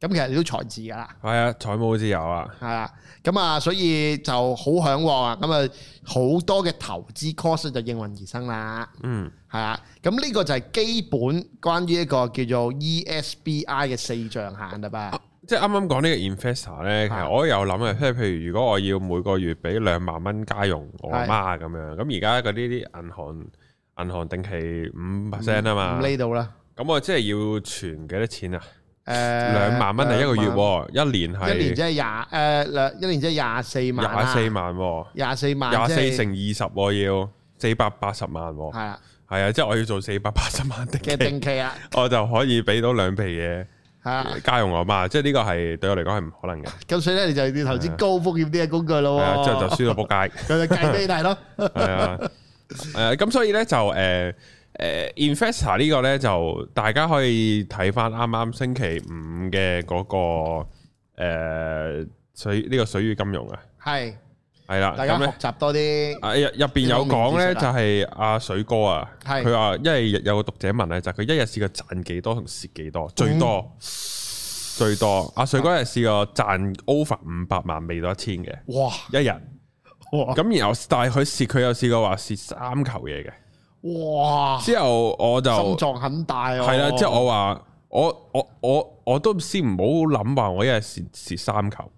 S2: 咁咁其實你都財智㗎啦，
S1: 系啊，財務自由啊，
S2: 係啦。咁啊，所以就好向往啊。咁啊，好多嘅投資 course 就應運而生啦。
S1: 嗯，
S2: 係啦，咁呢個就係基本關於一個叫做 E ESBI 嘅四象限啦吧。
S1: 即系啱啱講呢個 investor 咧，其
S2: 係
S1: 實我都有諗啊嘅，即係譬如如果我要每個月俾兩萬蚊家用我阿媽咁樣，咁而家嗰啲啲銀行銀行定期五 percent 啊嘛，
S2: 咁呢度啦，
S1: 咁我即係要存幾多錢啊？
S2: 誒
S1: 兩萬蚊係啊一個月，喎，一年
S2: 兩萬一年即
S1: 係
S2: 係廿誒兩一年即係廿四萬
S1: 廿
S2: 啦，
S1: 四萬喎，
S2: 廿四萬，
S1: 廿
S2: 即
S1: 四
S2: 係
S1: 乘二十喎要四百八十萬喎，
S2: 係啦
S1: 係啊，即係我要做四百八十萬定
S2: 嘅
S1: 期，
S2: 定 期啊，
S1: 我就可以俾到兩皮嘢
S2: 係啦。
S1: 家用我媽，即係呢個係對我嚟講係唔可能嘅，
S2: 咁所以咧，你就要投資高風險啲嘅工具咯
S1: 係啊，
S2: 喎。
S1: 之後就輸到仆街。
S2: 佢就計俾你睇咯。
S1: 系啊，诶，咁所以咧就诶诶，investor 呢個咧就大家可以睇翻啱啱星期五嘅嗰個诶水呢個水與金融啊，
S2: 係，
S1: 係啦，
S2: 大家
S1: 咁
S2: 學
S1: 咧。
S2: 習多啲。
S1: 啊入入邊有講咧，就係阿水哥啊，
S2: 啊係
S1: 佢話因為有個讀者問咧，就係佢一日試過賺幾多同蝕幾
S2: 嗯
S1: 多，最多最多。阿水哥一日試過賺 over 五百萬，未到一千嘅
S2: 哇
S1: 一日。
S2: 哦哇
S1: 咁然後但係佢蝕，佢有試過話蝕三球嘢嘅。
S2: 哇！
S1: 之後我就
S2: 心臟很大啊。
S1: 係啦，之後我話我我我我都先唔好諗話我一日蝕蝕三球，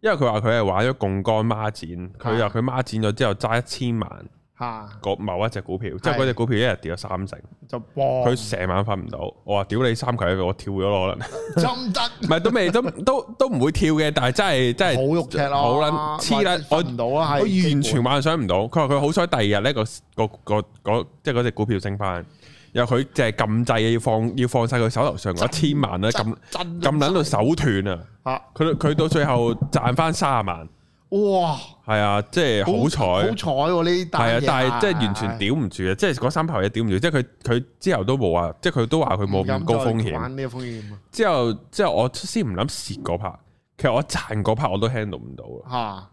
S1: 因為佢話佢係玩咗杠杆孖展，佢
S2: 啊
S1: 話佢孖展咗之後揸一千萬
S2: 嚇
S1: 個某一隻股票，之後嗰隻股票一日跌咗三成，
S2: 就哇，
S1: 佢成晚瞓唔到。我話屌你三球，我跳咗可能，
S2: 真得
S1: 唔係都未都都都唔會跳嘅，但係真係真係
S2: 好肉赤咯，
S1: 好撚黐撚，
S2: 或
S1: 我
S2: 者瞓唔到啊，
S1: 我
S2: 係
S1: 完全幻想唔到。佢話佢好彩第二日呢個個個個即係嗰只股票升翻，然後佢就係撳掣要放要放晒佢手頭上嗰一千萬咧，撳
S2: 真
S1: 撳撚到手斷啊！
S2: 嚇
S1: 佢佢到最後賺翻卅萬，
S2: 哇！
S1: 係啊，即係好
S2: 好
S1: 彩
S2: 彩。喎呢單
S1: 係
S2: 嘢
S1: 啊，但係即係完全屌唔住啊！即係嗰三炮嘢屌唔住，即係佢佢之後都冇啊，即係佢都話佢冇咁高風
S2: 唔敢再
S1: 險。
S2: 玩呢個風險
S1: 之後之後我先唔諗蝕嗰 part，其實我賺嗰 part 我都 handle 唔到啊！
S2: 啊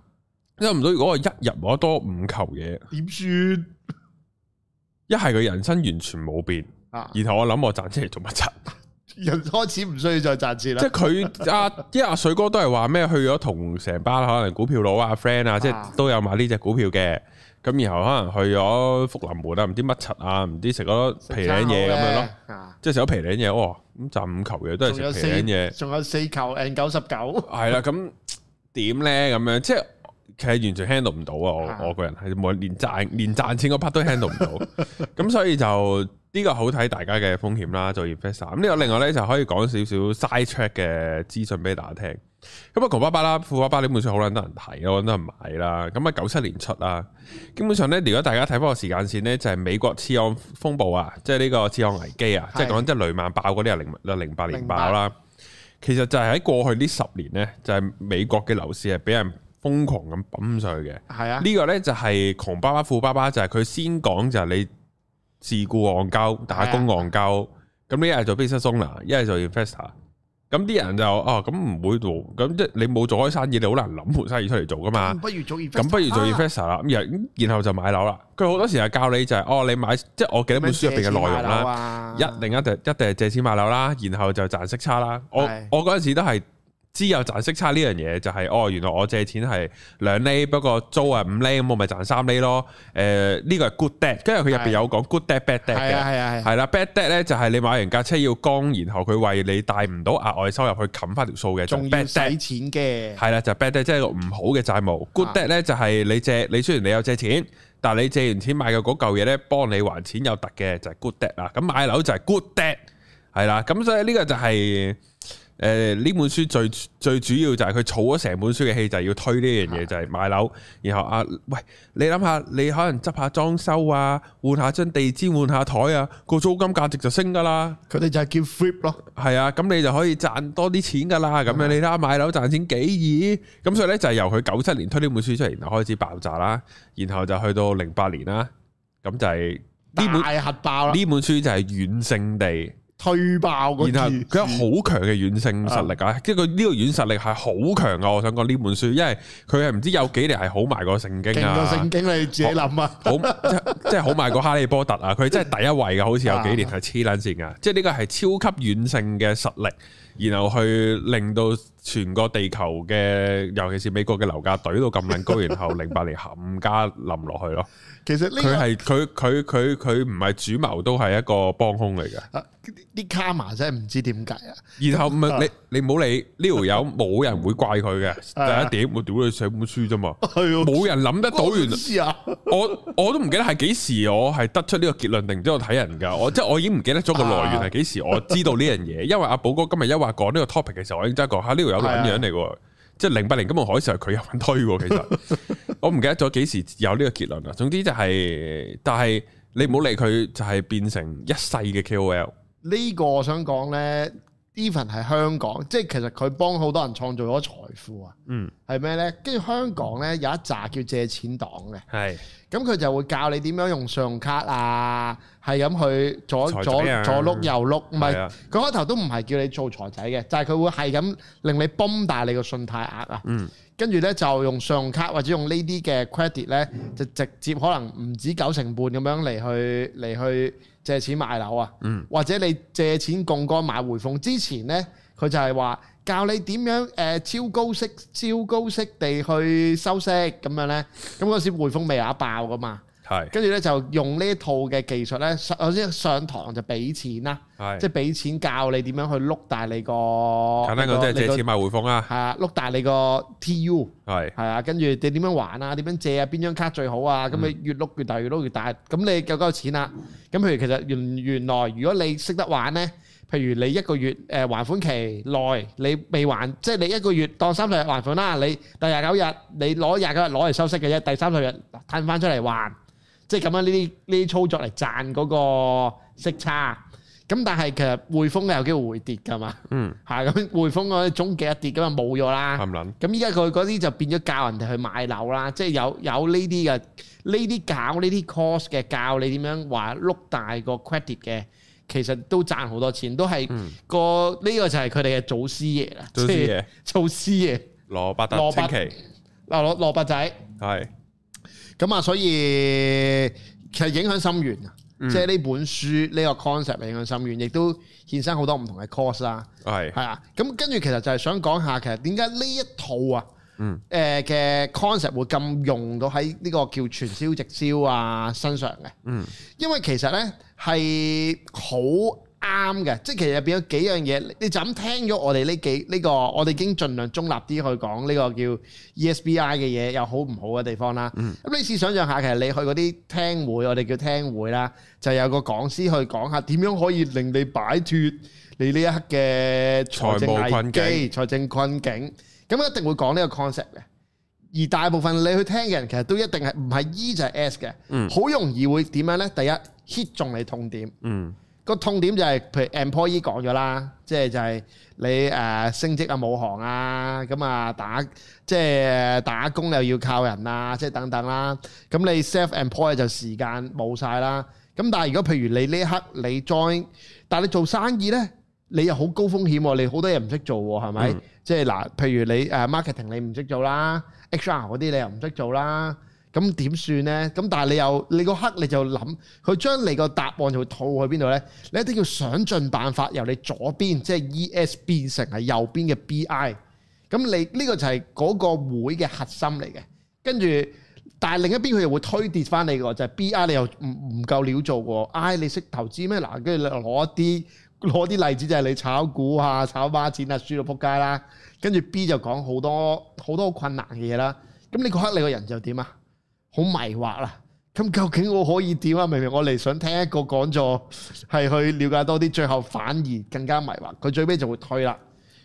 S1: 因為唔到如果我一入我多五球嘢，
S2: 嚇點算
S1: 一係佢人生完全冇變，
S2: 啊？
S1: 然後我諗我賺錢嚟做乜 柒？
S2: 人開始唔需要再賺
S1: 即
S2: 錢
S1: 係
S2: 啦，
S1: 佢阿因為阿水哥都係話咩去咗同成班可能股票佬啊 friend 啊，即係都有買呢只股票嘅。咁然後可能去咗福臨門啊，唔知乜柒啊，唔知食咗皮領嘢咁樣咯，
S2: 咯。啊
S1: 即係食咗皮領嘢，哇！咁賺五球嘢都係
S2: 仲有
S1: 食皮
S2: 四
S1: 領嘢，
S2: 仲有四球 N 九十九，
S1: 係啦。咁點咧？咁樣即係其實完全 handle 唔到啊！
S2: 啊
S1: 我我個人係冇連賺連賺錢嗰 part 都 handle 唔 到，咁所以就呢個好睇大家嘅風險啦，做 investor。咁呢個另外咧就可以講少少 side track 嘅資訊俾大家聽。咁啊，窮爸爸啦、富爸爸呢本書好撚多人睇啦，好撚多人買啦。咁啊，九七年出啦。基本上咧，如果大家睇翻個時間線咧，就係、美國次按風暴啊，即係呢個次按危機啊，
S2: 係
S1: 即係講即係雷曼爆嗰啲係零零八年爆啦。其實就係喺過去呢十年咧，就係、美國嘅樓市係俾人瘋狂咁泵上去嘅。
S2: 係啊，
S1: 呢個呢就係窮爸爸富爸爸，就係佢先講就係你自雇戇鳩，打工戇鳩，咁你一係做 business owner，一係做 investor。咁啲人就哦，咁唔會做，咁即係你冇做開生意，你好難諗盤生意出嚟做噶嘛。
S2: 咁不如做 i
S1: 啊咁不如做 investor 啦，咁然然後就買樓啦。佢好多時係教你就係、哦，你買即係我
S2: 啊
S1: 記得本書入邊嘅內容啦。
S2: 啦
S1: 一另一定一定係借錢買樓啦，然後就賺息差啦。我
S2: 係
S1: 我嗰陣時都係知有賺息差呢樣嘢，就係、哦，原來我借錢係兩厘，不過租係五厘，咁我咪賺三厘咯。誒、呢個係 good debt，跟住佢入邊
S2: 係
S1: 有講 good debt bad debt
S2: 係啊
S1: 嘅。
S2: 係啊係啊
S1: 係啦，bad debt 咧就係你買完架車要供，然後佢為你帶唔到額外收入去冚翻條數嘅，就
S2: 仲
S1: bad
S2: 要使
S1: debt
S2: 錢。嘅，
S1: 係啦，就啊 bad debt 即係個唔好嘅債務。good debt 咧就係你借，你雖然你有借錢，但係你借完錢買嘅嗰嚿嘢咧，幫你還錢有突嘅就係 good debt 啦。咁買樓就係 good debt 係啦。咁所以呢個就係誒呢本書最最主要就係佢儲咗成本書嘅氣，就係要推呢樣嘢，就係買樓。然後啊，喂，你諗下，你可能執下裝修啊，換下張地氈，換下台啊，個租金價值就升㗎啦。
S2: 佢哋就係叫 flip 咯，
S1: 係啊，咁你就可以賺多啲錢噶啦。咁
S2: 嗯
S1: 樣你睇下買樓賺錢幾易，咁所以咧就係由佢九七年推呢本書出嚟，然後開始爆炸啦，然後就去到零八年啦，咁就係呢
S2: 大
S1: 本
S2: 核爆啦，
S1: 呢本書就係軟性地
S2: 推爆個
S1: 然後
S2: 字
S1: 佢有好強嘅軟性實力啊！即係佢呢個軟實力係好強啊！我想講呢本書，因為佢係唔知有幾年係好賣過聖經
S2: 勁過
S1: 啊哦
S2: 聖，經你自己諗啊！
S1: 好即係即係好賣過哈利波特啊！佢真係第一位嘅，好似有幾年係黐撚線噶，即係呢個係超級軟性嘅實力，然後去令到全個地球嘅，尤其是美國嘅樓價懟到咁撚高， 然後零八年冚家冧落去咯。
S2: 其實呢
S1: 佢
S2: 個
S1: 係佢佢佢佢唔係主謀，都係一個幫兇嚟嘅。
S2: 啊啲卡麻真係唔知點解啊！
S1: 然後唔係你你唔好理呢條友，冇人會怪佢
S2: 啊
S1: 嘅。第一點，我屌你寫本書 啫嘛，
S2: 係喎
S1: 冇人諗得到原來。
S2: 知啊！
S1: 我我都唔記得係幾時我係得出呢個結論，定唔知我睇人㗎。我即係我已經唔記得咗個來
S2: 啊
S1: 源係幾時，我知道呢樣嘢。因為阿寶哥今日一話講呢個 topic 嘅時候，我已經真係講嚇呢條友撚樣嚟
S2: 啊
S1: 喎。即係零八年金融海嘯係佢有份推喎，其 實我唔記得咗幾時有呢個結論啦。啊總之就係、但係你唔好理佢，就係、變成一世嘅 KOL。
S2: 呢個我想講呢 even 係香港，即係其實佢幫好多人創造咗財富啊。
S1: 嗯，
S2: 係咩呢？跟住香港呢，有一扎叫借錢黨嘅，
S1: 係
S2: 咁佢就會教你點樣用信用卡啊，係咁去左左
S1: 財
S2: 左
S1: 仔啊
S2: 碌右碌，唔係
S1: 係啊
S2: 佢開頭都唔係叫你做財仔嘅，就係佢會係咁令你泵大你個信貸額啊。
S1: 嗯，
S2: 跟住呢，就用信用卡或者用呢啲嘅 credit 呢，就直接可能唔止九成半咁樣嚟去嚟去借錢買樓啊。
S1: 嗯，
S2: 或者你借錢槓桿買匯豐之前呢，佢就係話教你點樣誒、呃超高息超高息地去收息咁樣呢。咁嗰時匯豐未有得爆噶嘛，
S1: 係
S2: 跟住呢，就用呢一套嘅技術呢，上首先上堂就俾錢啦。
S1: 係
S2: 即係俾錢教你點樣去碌大你個，
S1: 簡
S2: 簡
S1: 單講，即係借錢買匯豐啊，
S2: 係啊，碌大你個 TU
S1: 係
S2: 係啊，跟住你點樣還啊，點樣借啊，邊張卡最好啊，咁你越碌越大，越碌越大，咁你夠夠錢啦。咁譬如其實原原來如果你識得玩呢，譬如你一個月誒、呃、還款期內你未還，即係你一個月當三十日還款啦，你第廿九日你攞廿九日攞嚟收息嘅啫，第三十日攤翻出嚟還，即係咁樣呢啲呢啲操作嚟賺嗰個息差。咁但係其實匯豐係有機會會跌㗎嘛，
S1: 嗯
S2: 嚇咁匯豐嗰啲總結一跌咁啊冇咗啦。
S1: 冚撚
S2: 咁依家佢嗰啲就變咗教人哋去買樓啦，即係有有呢啲嘅呢啲搞呢啲 course 嘅教你點樣話碌大個 credit 嘅，其實都賺好多錢，都係個呢個就係佢哋嘅祖師爺啦，
S1: 嗯祖師
S2: 即係
S1: 爺
S2: 祖師爺
S1: 羅伯特
S2: 羅
S1: 清
S2: 伯
S1: 奇
S2: 嗱羅羅伯仔，
S1: 係
S2: 咁啊所以其實影響深遠啊，
S1: 嗯
S2: 即係呢本書呢、個 concept 影響深遠，亦都衍生好多唔同嘅 course 啦。
S1: 係
S2: 係啊，咁跟住其實就係想講下，其實點解呢一套啊，
S1: 嗯
S2: 誒嘅 concept 會咁用到喺呢個叫傳銷直銷啊身上嘅，
S1: 嗯
S2: 因為其實呢係好啱嘅，即係其實變咗幾樣嘢，你就咁聽咗我哋呢幾呢、個，我哋已經盡量中立啲去講呢個叫 E ESBI 嘅嘢，有好唔好嘅地方啦。咁、你試想像下，其實你去嗰啲聽會，我哋叫聽會啦，就有個講師去講下點樣可以令你擺脱你呢一刻嘅財政
S1: 財務
S2: 危
S1: 困
S2: 機、財政困境，咁一定會講呢個 concept 嘅。而大部分你去聽嘅人，其實都一定係唔係 E 就係 S 嘅，好、容易會點樣呢？第一 hit 中你痛點，
S1: 嗯
S2: 個痛點就係、譬如 employee 講咗啦，即係就係你誒、呃升職啊冇行啊，咁啊打即係打工又要靠人啊，即係等等啦。咁你 self employed 就時間冇晒啦。咁但係如果譬如你呢一刻你 join，但係你做生意呢，你又好高風險喎，你好多嘢唔識做喎，係咪？
S1: 嗯
S2: 即係嗱，譬如你誒 marketing 你唔識做啦，HR 嗰啲你又唔識做啦，咁點算呢？咁但係你又你個刻你就諗，佢將你個答案就會套去邊度呢？你一定要想盡辦法由你左邊即係 ES 變成係右邊嘅 BI，咁你呢個就係嗰個會嘅核心嚟嘅，跟住。但係另一邊佢又會推跌翻你個，就係、BI 你又唔唔夠料做喎，I 你識投資咩？嗱，跟住你攞一啲攞啲例子就係你炒股啊、炒孖展啊，輸到撲街啦。跟住 B 就講好多好多好困難嘅嘢啦。咁你嗰刻你個人就點啊？好迷惑啦。咁究竟我可以點啊？明明我嚟想聽一個講座，係去了解多啲，最後反而更加迷惑。佢最尾就會推啦。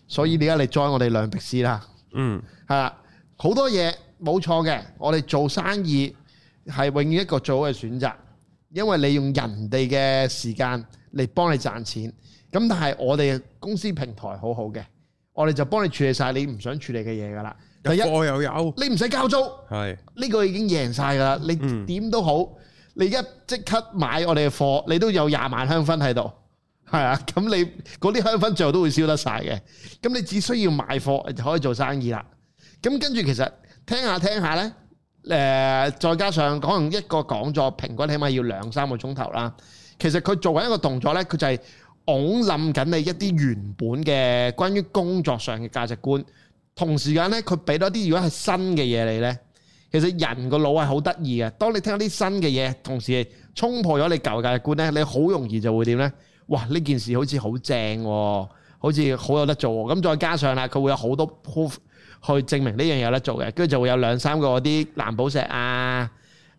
S2: 所以你而家你 join 我哋兩壁師啦。
S1: 嗯
S2: 係啦，好多嘢冇錯嘅。我哋做生意係永遠一個最好嘅選擇，因為你用人哋嘅時間嚟幫你賺錢。咁但係我哋公司平台好好嘅，我哋就幫你處理晒你唔想處理嘅嘢㗎啦。第
S1: 有
S2: 一，
S1: 貨又有
S2: 你唔使交租。
S1: 係
S2: 呢個已經贏晒㗎啦！你點都好，你一即刻買我哋嘅貨，你都有廿萬香薰喺度，係啊，咁你嗰啲香薰最後都會燒得晒嘅，咁你只需要賣貨就可以做生意啦。咁跟住其實聽下聽下呢，誒、再加上可能一個講座平均起碼要兩三個鐘頭啦。其實佢做緊一個動作呢，佢就係拱冧緊你一啲原本嘅關於工作上嘅價值觀，同時間呢，佢俾多啲如果係新嘅嘢你呢。其實人個腦係好得意嘅，當你聽到啲新嘅嘢，同時係衝破咗你舊嘅價值觀呢，你好容易就會點呢？哇！呢件事好似好正喎，好似好有得做喎。咁再加上啦，佢會有好多 proof 去證明呢樣有得做嘅，跟住就會有兩三個嗰啲藍寶石啊、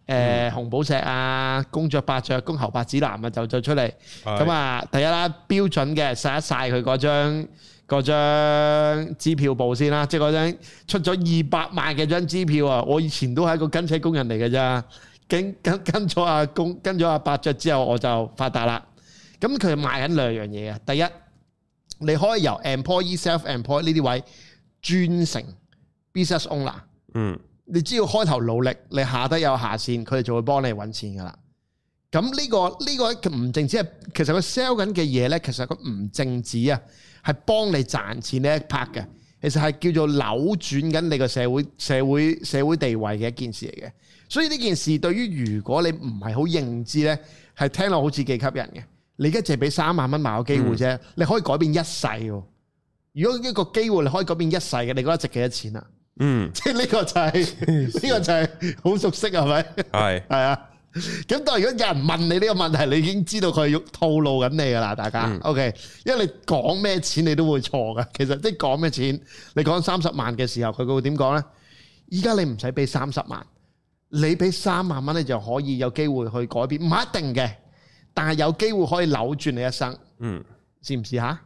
S2: 誒、紅寶石啊、公爵、伯爵、公侯、白指南啊，就就出嚟。咁啊，第一啦，標準嘅晒一晒佢嗰張嗰張支票簿先啦，即係嗰張出咗二百萬嘅張支票啊！我以前都係一個跟車工人嚟嘅咋，跟跟跟咗阿公跟咗阿伯爵之後，我就發達啦。咁佢賣緊兩樣嘢啊！第一，你可以由 employee self employed 呢啲位轉成 business owner。
S1: 嗯，
S2: 你只要開頭努力，你下低有下線，佢哋就會幫你揾錢噶啦。咁呢、個呢、個唔淨止係，其實佢 sell 緊嘅嘢呢，其實佢唔淨止啊，係幫你賺錢呢一 part 嘅，其實係叫做扭轉緊你個社會社會社會地位嘅一件事嚟嘅。所以呢件事對於如果你唔係好認知呢，係聽落好似幾吸引嘅。你而家淨係俾三萬蚊買個機會啫，你可以改變一世喎。如果一個機會你可以改變一世嘅，你覺得值幾多錢啊？
S1: 嗯，
S2: 即係呢個就係、呢個就係好熟悉係咪？
S1: 係
S2: 係啊。咁但係如果有人問你呢個問題，你已經知道佢套路緊你噶啦，大家。
S1: 嗯
S2: OK，因為你講咩錢你都會錯噶。其實即係講咩錢，你講三十萬嘅時候，佢會點講呢？依家你唔使俾三十萬，你俾三萬蚊，你就可以有機會去改變，唔係一定嘅，但係有機會可以扭轉你一生。
S1: 嗯，
S2: 試唔試下？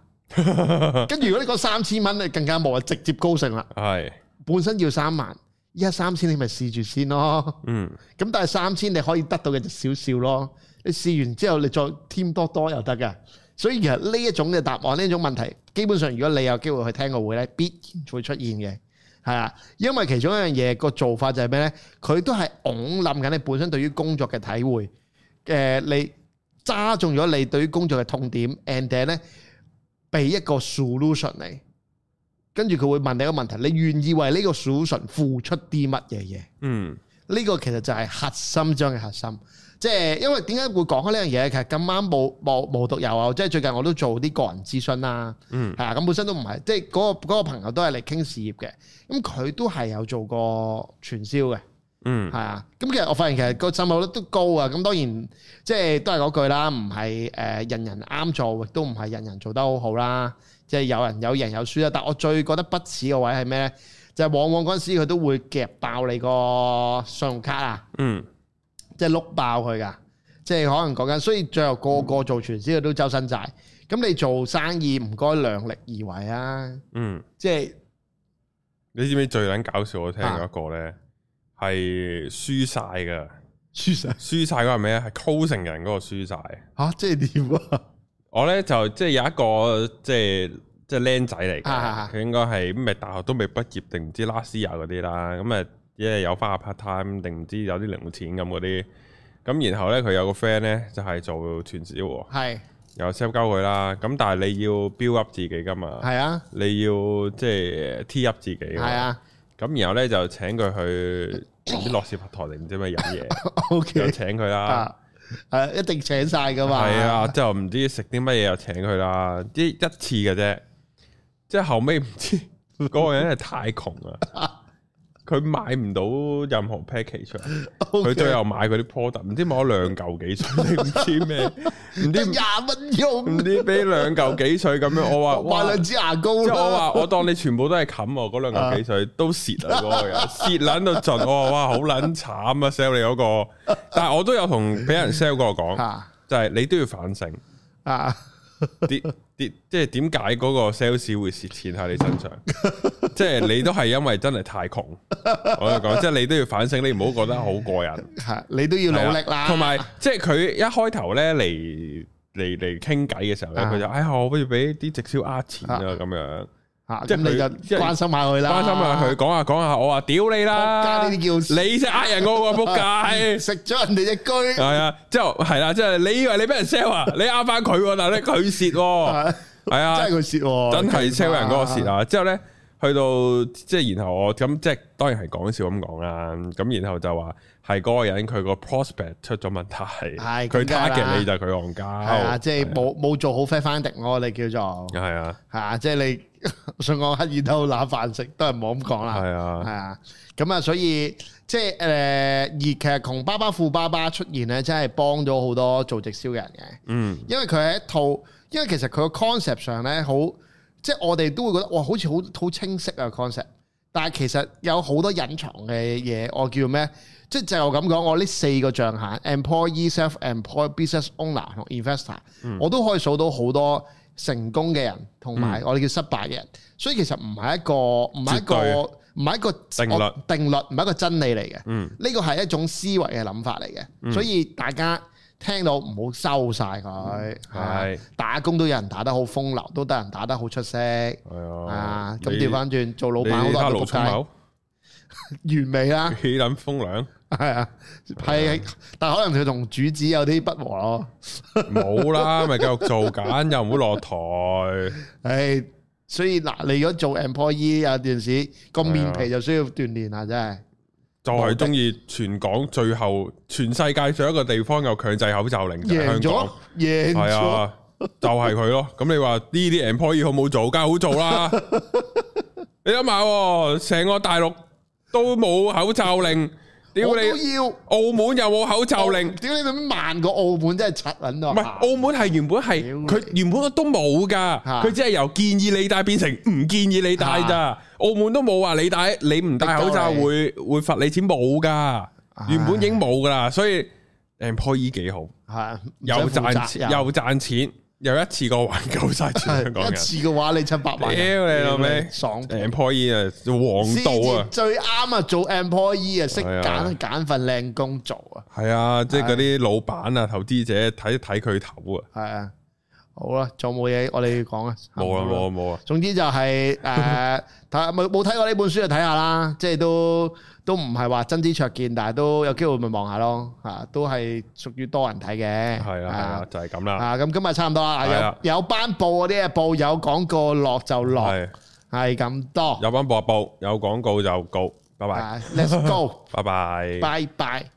S2: 跟住如果你講三千蚊，你更加冇啊，直接高盛啦。
S1: 係，
S2: 本身要三萬，依家三千你咪試住先咯。
S1: 嗯，
S2: 咁但係三千你可以得到嘅就少少咯。你試完之後，你再添多多又得嘅。所以其實呢一種嘅答案，呢一種問題，基本上如果你有機會去聽個會呢，必然會出現嘅。係啊，因為其中一樣嘢個做法就係咩呢？佢都係拱冧緊你本身對於工作嘅體會。誒、你揸中咗你對於工作嘅痛點，and then 咧俾一個 solution 你，跟住佢會問你一個問題：你願意為呢個 solution 付出啲乜嘢嘢？
S1: 嗯，
S2: 呢個其實就係核心中嘅核心，即係因為點解會講開呢樣嘢？其實咁啱冇冇冇獨有啊！即係最近我都做啲個人諮詢啦，
S1: 嗯
S2: 係啊，咁本身都唔係，即係嗰個嗰個朋友都係嚟傾事業嘅，咁佢都係有做過傳銷嘅。
S1: 嗯，
S2: 係啊，咁其實我發現其實個滲透率都高啊，咁當然即係都係嗰句啦，唔係誒人人啱做，亦都唔係人人做得好好啦，即係有人有贏有輸啦。啊但我最覺得不齒嘅位係咩呢？就係、往往嗰陣時佢都會夾爆你個信用卡啊！
S1: 嗯，
S2: 即係碌爆佢噶，即係可能講緊，所以最後個個做傳銷嘅都周身債。咁你做生意唔該量力而為啊！
S1: 嗯，
S2: 即係
S1: 你知唔知最撚搞笑？我聽過一個咧係輸晒㗎，
S2: 輸晒
S1: 輸晒嗰個係咩啊咧？係 call 成人嗰個輸晒。
S2: 嚇，即係點啊？
S1: 我咧就即係有一個即係即係僆仔嚟
S2: 啊啊啊
S1: 嘅，佢應該係咪大學都未畢業定唔知 last year 嗰啲啦，咁啊一係有翻下 part time 定唔知有啲零錢咁嗰啲，咁然後咧佢有個 friend 咧就係做傳銷喎，
S2: 係
S1: 又 sell 鳩佢啦，咁但係你要 build up 自己噶嘛，
S2: 係啊
S1: 你要即係 t up 自己㗎嘛，
S2: 係啊
S1: 咁然後咧就請佢去唔知樂士佛台定唔知咩飲嘢，就
S2: ，OK
S1: 請佢啦。
S2: 啊，係一定請晒噶嘛？
S1: 系啊，之後唔知食啲乜嘢又請佢啦，一一次嘅啫。即係後尾唔知 嗰個人係太窮啦，佢買唔到任何 package 出嚟，
S2: OK，
S1: 佢最後買嗰啲 product，唔知買咗兩嚿幾水，你唔知咩，唔
S2: 得
S1: 知
S2: 廿蚊
S1: 唔
S2: 用，
S1: 知俾兩嚿幾水咁樣，我話
S2: 買
S1: 哇
S2: 兩。支牙膏
S1: 即係我
S2: 啦。
S1: 話我當你全部都係冚我嗰兩嚿幾水都蝕啦嗰個 人，蝕撚到盡，我話哇好撚慘啊 sell 你嗰個，但係我都有同俾 人 sell 過講，
S2: 啊
S1: 就係你都要反省。
S2: 啊！
S1: 跌跌，即系点解嗰個 sales 會蝕錢喺你身 上？即係你都係因為真係太窮，我就講，即係你都要反省，你唔好覺得好過癮，
S2: 係你都要 努力
S1: 係啊
S2: 啦，
S1: 同埋即係佢一開頭咧嚟嚟嚟傾偈嘅時候咧，
S2: 啊
S1: 佢就哎呀，我不如俾啲直銷呃錢啊咁樣。
S2: 吓，
S1: 即
S2: 咁
S1: 係
S2: 你
S1: 佢即
S2: 就
S1: 係
S2: 關心下佢啦，
S1: 關心下佢，講下講下，我話屌你啦，
S2: 仆街呢啲叫啊
S1: 你真係呃人我個仆 街。
S2: 食咗人哋只居
S1: 係，啊，之後係啦，即係你以為你俾人 sell 啊？你呃翻佢喎，但係咧佢蝕喎，係啊，
S2: 真係佢蝕喎，
S1: 真係 sell 人嗰個蝕啊！之後咧，去到即係然後我咁即係當然係講笑咁講啦。咁然後就話係嗰個人佢個 prospect 出咗問題，
S2: 係
S1: 佢
S2: 咁梗係啦
S1: target 你就係佢戇
S2: 係啊，
S1: 交，
S2: 即係冇冇做好 fair finding 咯，我哋叫做
S1: 係啊，
S2: 係啊，即係你 我想講乞兒都揦飯食，都係唔好咁講啦。
S1: 係啊，
S2: 係啊，咁啊，所以即係誒、呃而其實窮爸爸富爸爸出現咧，真係幫咗好多做直銷嘅人嘅，
S1: 嗯，
S2: 因為佢係一套，因為其實佢個 concept 上咧，好即係我哋都會覺得哇，好似好好清晰啊 concept，但係其實有好多隱藏嘅嘢，我叫咩？即係就係我咁講，我呢四個象限：employee、self-employed、business owner 同 investor，、我
S1: 嗯
S2: 都可以數到好多成功嘅人，同埋我哋叫失敗嘅人。所以其實唔係一個唔
S1: 嗯
S2: 係一
S1: 絕對
S2: 個唔係一個
S1: 定律
S2: 我定律唔係一個真理嚟嘅。
S1: 嗯
S2: 呢個係一種思維嘅諗法嚟嘅，所以大家聽到唔好收晒佢。
S1: 係
S2: 係打工都有人打得好風流，都得人打得好出色。
S1: 係啊
S2: 啊，，咁調翻轉做老
S1: 你
S2: 闆好
S1: 你
S2: 多
S1: 睇
S2: 人
S1: 下
S2: 都
S1: 盧聰
S2: 仆
S1: 友
S2: 街，完美 啦，
S1: 幾撚風涼，
S2: 係啊，係，但可能佢同主子有啲不和咯。
S1: 冇啦，咪繼續做緊，又唔好落台。
S2: 唉，所以嗱，你如果做 employee 有段時個面皮就需要鍛鍊啦，真係。
S1: 就係中意全港最後全世界最後一個地方有強制口罩令，就係
S2: 贏
S1: 香
S2: 咗
S1: 港。，
S2: 贏
S1: 係
S2: 咗。
S1: 啊，就係佢咯。咁你話呢啲 employee 好冇做，梗係好做啦。 你諗下喎，成個大陸都冇口罩令，屌
S2: 我
S1: 你
S2: 都要
S1: 澳門又冇口罩令，
S2: 屌你咁慢過澳門，真係柒撚到
S1: 唔
S2: 我
S1: 係
S2: 行。
S1: 澳門係原本係
S2: 哦啊屌
S1: 佢原本都冇㗎，
S2: 嚇
S1: 佢只係由建議你戴變成唔建議你戴咋。澳門都冇話你戴你唔戴口罩
S2: 逼鳩你
S1: 會會罰你錢冇㗎，原本已經冇㗎啦，所以 employee 幾好。
S2: 係啊
S1: 又賺錢，又賺錢，又一次過還夠晒全香港
S2: 係一
S1: 人。
S2: 次嘅話，你七百萬。
S1: 屌你老味
S2: 爽片
S1: employee 啊，
S2: 先
S1: 黃道啊
S2: 至，最啱啊！做 employee 啊，識
S1: 係啊
S2: 揀揀份靚工做啊，
S1: 係啊，即係嗰啲老闆啊、投資者睇睇佢頭啊，
S2: 係啊，好啦，仲有冇嘢我哋講啊？
S1: 冇啦冇啦啊冇啦，
S2: 總之就係、誒，睇下冇冇睇過呢本書就睇下啦，即係都都唔係話真知灼見，但係都有機會咪望下咯，嚇、都係屬於多人睇嘅，
S1: 係啦係啦，就係咁
S2: 啊，
S1: 啦，
S2: 啊咁今日差唔多啦，
S1: 係啊
S2: 有有班報嗰啲啊報有講過落就落，
S1: 係
S2: 係咁多，
S1: 有班播報，有廣告就告，拜拜
S2: 啊，Let's go，
S1: 拜拜。
S2: 拜拜。